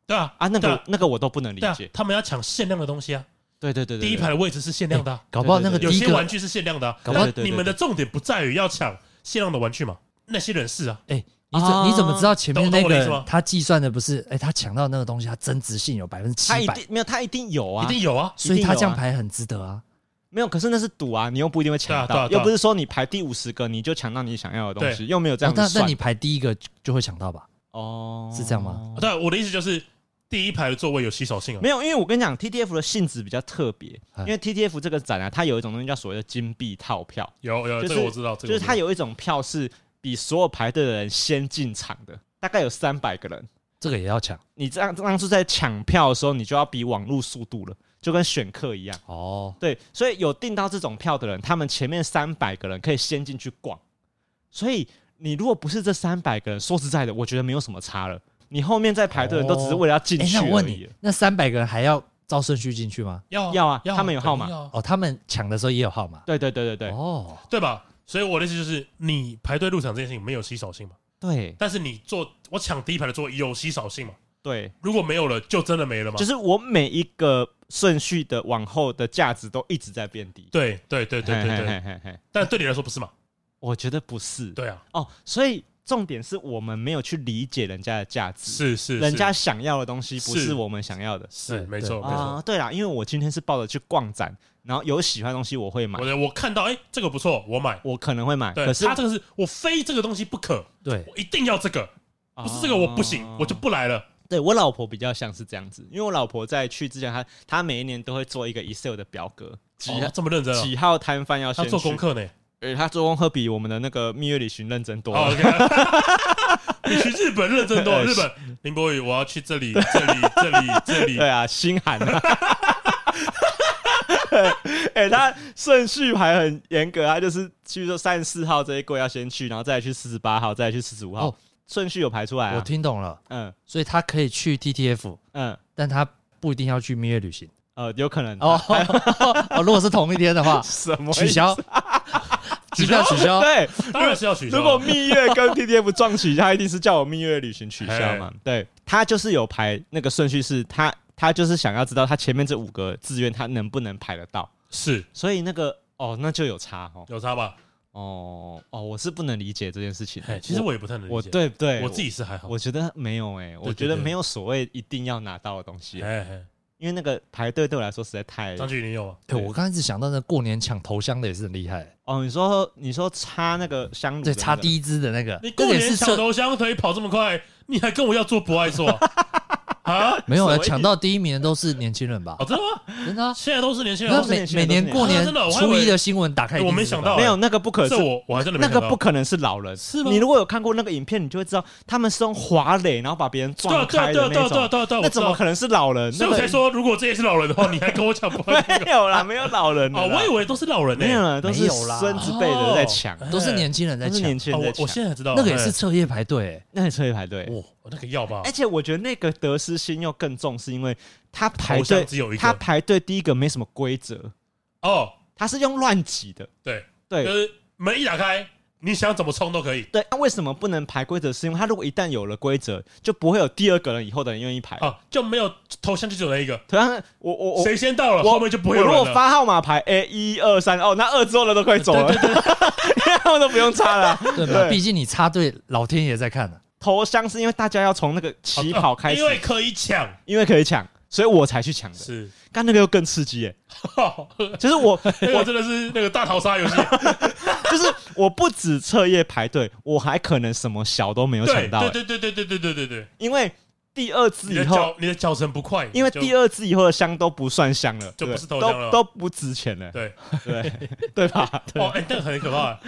C: 对啊，
B: 啊，那
C: 对
B: 个那个我都不能理
C: 对啊
B: 解，。
C: 他们要抢限量的东西啊，
B: 对对对对，
C: 第一排的位置是限量的啊，
A: 搞不好那个
B: 对
A: 第
C: 有
A: 一
C: 些玩
A: 个，
C: 具是限量的啊。
A: 搞不好
B: 对对对
C: 你们的重点不在于要抢限量的玩具嘛？那些人是啊，
A: 哎，你
B: 啊
A: 怎你怎么知道前面
C: 懂
A: 那
C: 懂我的意思
A: 个
C: 吗
A: 他计算的不是？哎，他抢到那个东西，他增值性有百分之
B: 他一
A: 七百
B: 定，没有，他一定有啊，
C: 一定有啊。
A: 所以
B: 一定有
A: 他
B: 啊
A: 这样排很值得啊。
B: 没有。可是那是赌啊，你又不一定会抢
C: 对啊对
B: 到，
C: 啊对啊
B: 又不是说你排第五十个你就抢到你想要的东西，
C: 对
B: 又没有这样
A: 哦那
B: 子
A: 那
B: 算
A: 你排第一个就就会抢到吧？
B: 哦，
A: 是这样吗？
C: 对啊，我的意思就是第一排的座位有稀少性啊
B: 没。有，因为我跟你讲，TTF 的性质比较特别，
A: 哎
B: 因为 TTF 这个展啊，它有一种东西叫所谓的金币套票，
C: 有有，
B: 就是
C: 这个我知道，这
B: 就
C: 个我
B: 是
C: 知道
B: 它有一种票是比所有排队的人先进场的，大概有三百个人。
A: 这个也要抢
B: 你这样当初在抢票的时候，你就要比网络速度了，就跟选课一样。
A: 哦。
B: 对，所以有订到这种票的人，他们前面三百个人可以先进去逛。所以你如果不是这三百个人，说实在的，我觉得没有什么差了。你后面在排队的人都只
C: 哦
B: 是为了要进
A: 哎，
B: 去
A: 那我
B: 而
A: 问
B: 已
A: 你。，那三百个人还要照顺序进去吗？
C: 要啊
B: 要啊
C: 要啊
B: 他们有号码
C: 肯定要啊
A: 哦，他们抢的时候也有号码。
B: 对对对对对
A: 哦，
C: 对吧？所以我的意思就是，你排队入场这件事情没有稀少性嘛，
B: 对
C: 但是你坐我抢第一排的座位有稀少性嘛？
B: 对，
C: 如果没有了，就真的没了嘛？
B: 就是我每一个顺序的往后的价值都一直在变低。
C: 对对对对对对，
B: 对对，
C: 但对你来说不是嘛？
B: 我觉得不是。
C: 对啊，
B: 哦，所以重点是我们没有去理解人家的价值，
C: 是是，
B: 人家
C: 是
B: 想要的东西不
C: 是
B: 是我们想要的。
C: 是没
A: 对
C: 错没
B: 啊
C: 错。，
B: 对啦，因为我今天是抱着去逛展，然后有喜欢的东西我会买
C: 我，的我看到哎，这个不错，我买。
B: 我可能会买。
C: 对
B: 可是
C: 他这个是我非这个东西不可，
A: 对，
C: 我一定要这个，
B: 啊
C: 不是这个我不行，我就不来了。
B: 对我老婆比较像是这样子，因为我老婆在去之前，她她每一年都会做一个 Excel 的表格，几
C: 哦这么认真啊？
B: 几号摊贩要
C: 他
B: 先
C: 做
B: 去
C: 功，课呢。
B: 呃，她做功课比我们的那个蜜月旅行认真多
C: 哦 [LAUGHS]
B: 了。
C: ，OK。你去日本认真多了，
B: 对
C: 日本林博宇，我要去这里，这
B: [LAUGHS]
C: 里，这里，这里
B: 对，啊，心寒啊。 [LAUGHS] 哎、他顺序排很严格，他就是去说三十四号这一柜要先去，然后再来去四十八号，再来去四十五号
A: 哦，
B: 顺、序有排出来
A: 我
B: 啊。
A: 听懂了，
B: 嗯
A: 所以他可以去 TTF，
B: 嗯
A: 但他不一定要去蜜月旅行。
B: 呃，有可能，
A: 哦哦，如果是同一天的话
B: 什么意思
A: 取消，机票取消。
B: 对，
C: 当然是要取消啊。
B: 如果蜜月跟 TTF 撞起，他一定是叫我蜜月旅行取消嘛？ [LAUGHS] 对他就是有排那个顺序是，他他就是想要知道他前面这五个志愿他能不能排得到，
C: 是
B: 所以那个哦那就有差哦
C: 有差吧？
B: 哦哦，我是不能理解这件事情
C: 哎，
B: 的。
C: 其实我也不太能
B: 我
C: 理解，
B: 对对
C: 我自己是还好。
B: 我觉得没有哎，我
C: 对
B: 觉得
C: 对
B: 没有所谓一定要拿到的东西，
C: 哎哎，
B: 因为那个排队对我来说实在太
C: 张俊宇你有吗？
A: 哎，我刚开始想到那过年抢头香的也是很厉害，
B: 哦。你说你说插那个香嗯炉的那
A: 对，
B: 个，
A: 插第一支的那个
C: 你，
A: 这
C: 过
A: 个也
C: 年
A: 是
C: 抢
A: 这
C: 头香可以跑这么快，你还跟我要做博
B: [LAUGHS]
C: 爱做啊？啊
A: 没有
B: 什么
A: 啊，
B: 意思
A: 抢到第一名的都是年轻人吧
C: 哦，？真的吗？
A: 真的啊，
C: 现在都是年轻人
A: 那
C: 吗，
A: 每
B: 年轻
A: 每
B: 人
A: 年
B: 都是
A: 过
C: 啊
A: 年
C: 真的我还以
A: 初一
C: 为
A: 的新闻打开一定
C: 我没
A: 是这
C: 想
A: 个
C: 到
B: 没有那个不可
C: 这
B: 是
C: 我我还真的没
B: 那
C: 想
B: 个不
C: 到。
B: 可能是老人，
C: 是吗
B: 你如果有看过那个影片，你就会知道他们是用滑垒，然后把别人
C: 对啊
B: 撞
C: 对啊
B: 开
C: 对啊
B: 的那
C: 对啊对啊
B: 种。
C: 对啊对啊，
B: 那怎么可能是老人
C: 能？？
B: 那
C: 所以我才
B: 个
C: 说，如果这也是老人的话，你还跟我抢博爱
B: [LAUGHS] 没有啦，没有老人
C: 啊？我以
B: 为
C: 为都是老人哦呢
B: 没。有了，都
A: 没
B: 是
A: 有啦
B: 孙子辈的在抢，
C: 哦
A: 都是年轻人在
B: 都是
A: 抢
B: 年，轻
C: 哦
B: 人在
C: 我我
B: 抢。
C: 现在知道
A: 那个也是彻夜排队，
B: 那你车也排队
A: 哎，哇，
C: 哎那个要吧
B: 而？且我觉得那个得失心又更重，是因为他排
C: 头香
B: 队，
C: 只有一
B: 哎他
C: 个
B: 排队第一个没什么规则，
C: 哦，
B: 他是用乱挤的。
C: 对，就
B: 对
C: 是门一打开，你想怎么冲都可以
B: 对，那为什么不能排规则？是因为他如果一旦有了规则，就不会有第二个人以后的人愿意排。
C: 啊，就没有头香就只有那一个，
B: 同样，我我我
C: 谁先到了
B: 我
C: 后面就不会有
B: 我
C: 人
B: 如果
C: 了。
B: 发号码牌，哎、一二三，哦，那二之后的都快走了， [LAUGHS] 因为他们都不用插了啊、
A: 对吧？
B: 对
A: 毕竟你插队，老天爷在看啊呢。
B: 头香是因为大家要从那个起跑开始，
C: 哦啊因为可以抢，
B: 因为可以抢，所以我才去抢的。
C: 是，哦
B: 干那个又更刺激耶、就是
C: [LAUGHS]
B: 我
C: 那个
B: 我
C: 真的是那个大逃杀游戏，
B: 就是我不止 [LAUGHS] 彻夜排队，我还可能什么小都没有
C: 对
B: 抢到、
C: 对
B: 哎
C: 对对对对对对对对，
B: 因为。第二支
C: 你
B: 以
C: 的
B: 后
C: 脚，你的脚程不快，
B: 因为
C: 就
B: 第二支以后的香都不算香了，
C: 就
B: 对
C: 不是头香了
B: 都都不值钱了，
C: 对，
B: 对 [LAUGHS] 对吧？ [LAUGHS]
C: 哦，哎，那个很可怕，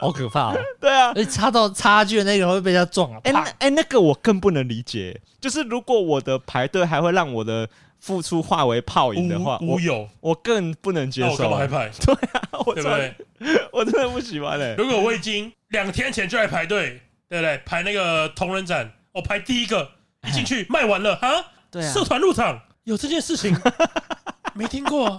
A: 好可怕哦！
B: 对啊，
A: 而且插到差距的那个人会被他撞啊！
B: 哎、那
A: 啪
B: 哎、那个我更不能理解，就是如果我的排队还会让我的付出化为泡影的话，
C: 无无
B: 我
C: 有，
B: 我更不能接
C: 那我干
B: 受
C: 嘛还
B: [LAUGHS] 啊。
C: 排？
B: 对啊，我
C: 对
B: 真
C: 不
B: 的
C: 对？
B: 我真的不喜欢哎、
C: 如果我已经两天前就来排队，对不对？排那个同人展，我排第一个，一进去卖完了哈，
B: 对啊
C: 社团入场有这件事情，没听过，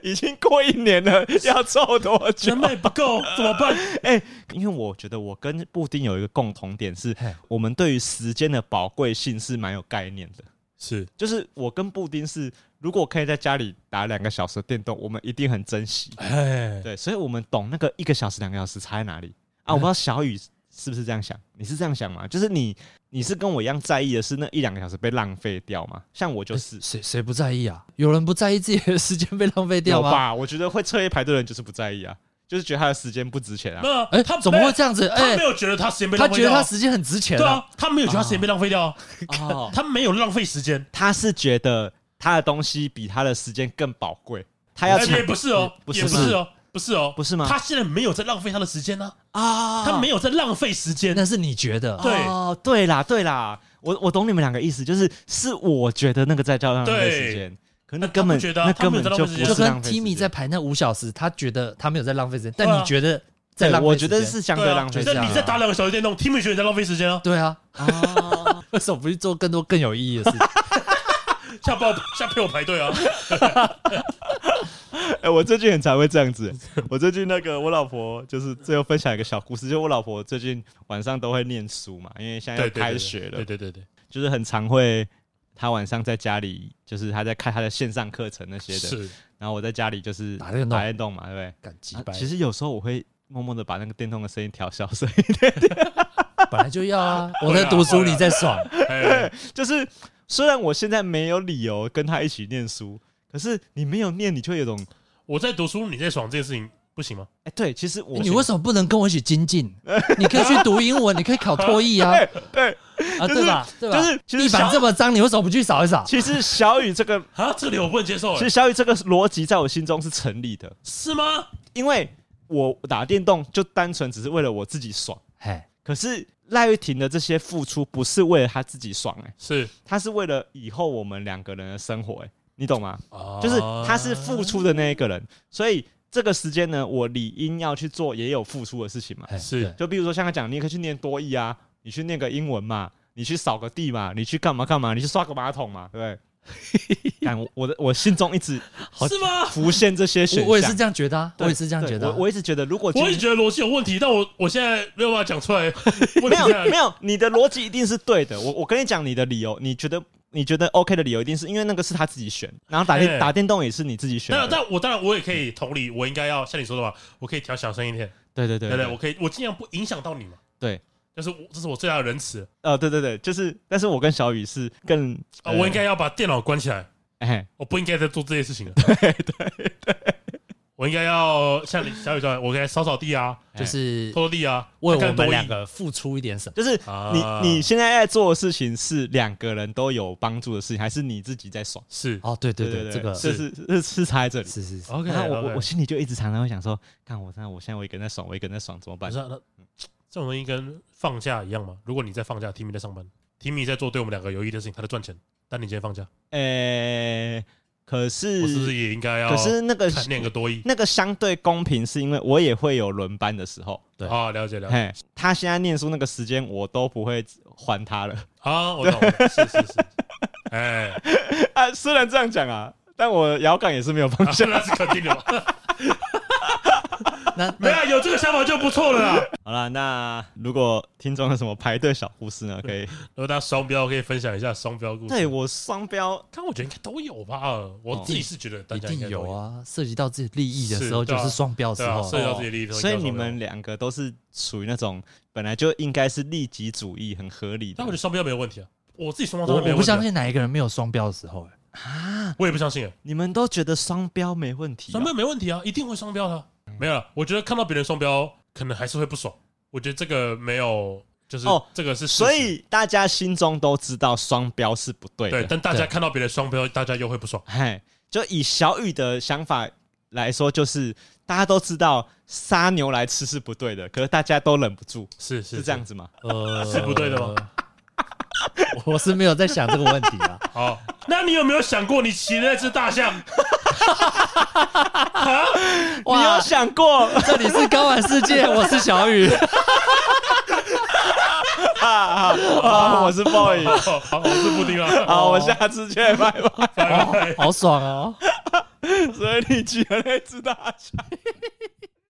B: 已经过一年了，要凑多久
C: 人？脉不够怎么办？
B: 哎、 [LAUGHS] 因为我觉得我跟布丁有一个共同点是
A: 嘿，
B: 我们对于时间的宝贵性是蛮有概念的。
C: 是
B: [LAUGHS] 就是我跟布丁是，如果可以在家里打两个小时的电动，我们一定很珍惜。
C: 哎，
B: 对，所以我们懂那个一个小时、两个小时差在哪里啊？我不知道小雨是不是这样想，你是这样想吗？就是你你是跟我一样在意的是那一两个小时被浪费掉吗？像我就是。
A: 谁谁不在意啊？有人不在意自己的时间被浪费掉
B: 有
A: 吗？
B: 吧？我觉得会彻夜排队的人就是不在意啊，就是觉得他的时间不值钱啊。
C: 那
A: 哎，
C: 他
A: 怎么会这样子？
C: 他
A: 哎
C: 没，有觉得他时间被
A: 他
C: 浪费
A: 觉得
C: 掉
A: 他
C: 啊，
A: 时间很值钱
C: 对
A: 啊！
C: 啊，他没有觉得他时间被浪费掉啊，
B: 哦，
C: 他没有浪费时间，
B: 他是觉得他的东西比他的时间更宝贵，他要
C: 哎，
B: 抢
C: 也不是哦，
B: 不
C: 也
B: 是
C: 不
B: 吗
C: 是哦，不是哦，
B: 不是吗
C: 他现在没有在浪费他的时间呢，
B: 啊
C: 他没有在浪费时间，
A: 那是你觉得
C: 对
B: 哦，对啦，对啦，我我懂你们两个意思，就是是我觉得那个在叫浪费时间，可那
C: 那他
B: 根本
C: 不觉得啊
B: 那
C: 他没
B: 根
C: 有
B: 本
C: 在
B: 就
C: 浪
B: 不
C: 费
B: 是
C: 时
A: 就
C: 间
A: 跟
B: 浪费时
A: Timmy
B: 间
A: 在排那五小时，他觉得他没有在浪费时间，但
C: 对啊
A: 你觉得在
B: 对
A: 浪费时间？
B: 我觉得是相
C: 对
B: 对
C: 啊
B: 浪费时
C: 那
B: 间。
C: 你在打两个小时电动，Timmy 觉得你在浪费时间啊，
A: 对啊，
B: 哦，
A: [LAUGHS] 为什么不去做更多更有意义的事情？
C: 下报下陪我排队啊，
B: 哎，我最近很常会这样子。我最近那个我老婆就是最后分享一个小故事，就我老婆最近晚上都会念书嘛，因为现在要哎开学了
C: 对，对对对，
B: 就是很常会她晚上在家里，就是她在看她的线上课程那些的，
C: 是
B: 然后我在家里就是
A: 打电动
B: 打电动嘛，对不对？
A: 感激
B: 啊
A: 白，
B: 其实有时候我会默默的把那个电动的声音调小声，
A: 本来就要啊！我
C: 会
A: 在
C: 啊
A: 读书，
C: 会啊
A: 你在爽，
C: 哎，
B: 就是虽然我现在没有理由跟他一起念书，可是你没有念，你就会有种
C: 我在读书，你在爽这件事情不行吗？
B: 哎、对，其实我
A: 你为什么不能跟我一起精
B: [LAUGHS]
A: 进？你可以去读英文，你可以考托译啊，
B: 对对，
A: 啊，
B: 就是
A: 对吧？对吧？
B: 就是其实
A: 地板
B: 小
A: 这么脏，你为什么不去扫一扫？
B: 其实小雨这个，
C: 啊，这里我不能接受
B: 其
C: 哎，
B: 实小雨这个逻辑在我心中是成立的，
C: 是吗？
B: 因为我打电动就单纯只是为了我自己爽，
A: 哎，
B: 可是赖玉婷的这些付出不是为了她自己爽、哎，
C: 是，
B: 她是为了以后我们两个人的生活、哎，你懂吗？就
C: 哦
A: 哦
C: 就是
B: 他是付出的那一个人，所以这个时间呢，我理应要去做也有付出的事情嘛。
A: 哎
C: 是
A: 对
B: 就比如说像他讲，你也可以去念多义啊，你去念个英文嘛，你去扫个地嘛，你去干嘛干嘛，你去刷个马桶嘛，
A: [LAUGHS]
B: 对不对？但我的我心中一直
C: 是吗？
B: 浮现这些选项，
A: 我我也是这样觉得啊，我
B: 对
A: 也是这样觉得
B: 对
A: 啊。
B: 我我一直觉得如果今
C: 我
B: 天
C: 也觉得逻辑有问题，但我我现在 [LAUGHS] 没有办法讲出来，没
B: 没有没有，你的逻辑一定是对的。我我跟你讲你的理由，你觉得你觉得 OK 的理由，一定是因为那个是他自己选，然后打电、
C: 哎
B: 打电动也是你自己选的。
C: 但但我当然我也可以同理，我应该要像你说的吧，我可以调小声一点，
B: 对对
C: 对
B: 对
C: 不
B: 对
C: 对？我可以，我尽量不影响到你嘛。
B: 对，
C: 就是我这是我最大的仁慈
B: 呃，对对对，就是，但是我跟小雨是更，
A: 哦
C: 啊！
B: 呃
C: 我应该要把电脑关起来，
B: 哎，
C: 我不应该再做这些事情了。对 [LAUGHS] 对对，我应该要像你小雨这样，我应该扫扫地啊，
A: 就是
C: 拖拖地啊，
A: 为我
C: 看看多
A: 们
C: 益
A: 两个付出一点什么。
B: 就是你
C: 啊
B: 你现在在做的事情是两个人都有帮助的事情，还是你自己在爽？
C: 是
A: 哦，对对
B: 对
A: 对，这个
B: 是是是是差在这里。
A: 是是是，
C: OK
B: 然后我我
C: OK
B: 我心里就一直常常会想说，看我真的我现在我一个人在爽，我一个人在爽怎么
C: 不
B: 办
C: 是？啊那这种东西跟放假一样嘛？如果你在放假，Timmy 在上班，Timmy 在做对我们两个有益的事情，他在赚钱。但你今天放假，
B: 呃，可
C: 我是不是
B: 是
C: 也应该要？
B: 可是那个
C: 看念个多益
B: 那个相对公平，是因为我也会有轮班的时候。
A: 对
C: 啊，了解了解
B: 嘿，他现在念书那个时间我都不会还他了。 [LAUGHS]
C: 啊，
A: [LAUGHS]
C: 我懂了，是是是，哎，
B: 啊，虽然这样讲啊，但我摇杆也是没有放
C: 啊
B: 下。
C: [LAUGHS] 那是肯定的嘛，
A: [LAUGHS] 那
C: 没有有这个想法就不错了啦。
B: 好了，那如果听众有什么排队小故事呢？可以
C: 如果大家双标，可以分享一下双标故事。
B: 对，我双标，
C: 但我觉得应该都有吧，我自己是觉得大
A: 哦一
C: 家应该
A: 定
C: 都
A: 有，啊，涉及到自己利益的时候，
C: 是对
A: 就
C: 啊
A: 是双标的
C: 对
A: 时
C: 啊，
A: 候
C: 涉。及到自己利益的东西，
B: 哦所以你们两个都是属于那种本来就应该是利己主义、很合理的
C: 但我觉得双标没有问题啊，我自己双标
A: 我
C: 当然
A: 我
C: 没有
A: 不
C: 问题啊
A: 相，信哪一个人没有双标的时候，
C: [LAUGHS]
A: 哎
B: 啊。
C: 我也不相信，
B: 你们都觉得双标没问题哦、
C: 双标没问题啊，一定会双标的啊。没有啦，我觉得看到别人双标，可能还是会不爽。我觉得这个没有就是
B: 哦
C: 这个是事实
B: 所以大家心中都知道双标是不对的。
C: 对，但大家
A: 对
C: 看到别人双标，大家又会不爽。
B: 哎，就以小雨的想法来说，就是大家都知道杀牛来吃是不对的，可是大家都忍不住，
C: 是是
B: 是这样，子吗？
A: 呃，
C: 是不对
B: [LAUGHS]
C: 的吗？
A: 我是没有在想这个问题
B: [LAUGHS]
A: 啊。
C: 好，哦那你有没有想过你骑的那只大象？
B: 你有想过 [LAUGHS]
A: 这里是高玩世界，我是小
C: [LAUGHS]
A: 雨。
B: 啊？啊，我是
C: [LAUGHS]
B: boy，
C: 哦好，我是布丁啊。
B: 好，我下次
C: 哎
B: 见，拜拜。 [LAUGHS]
C: 拜拜。
A: 好爽哦！
B: 所以你居然会知道他想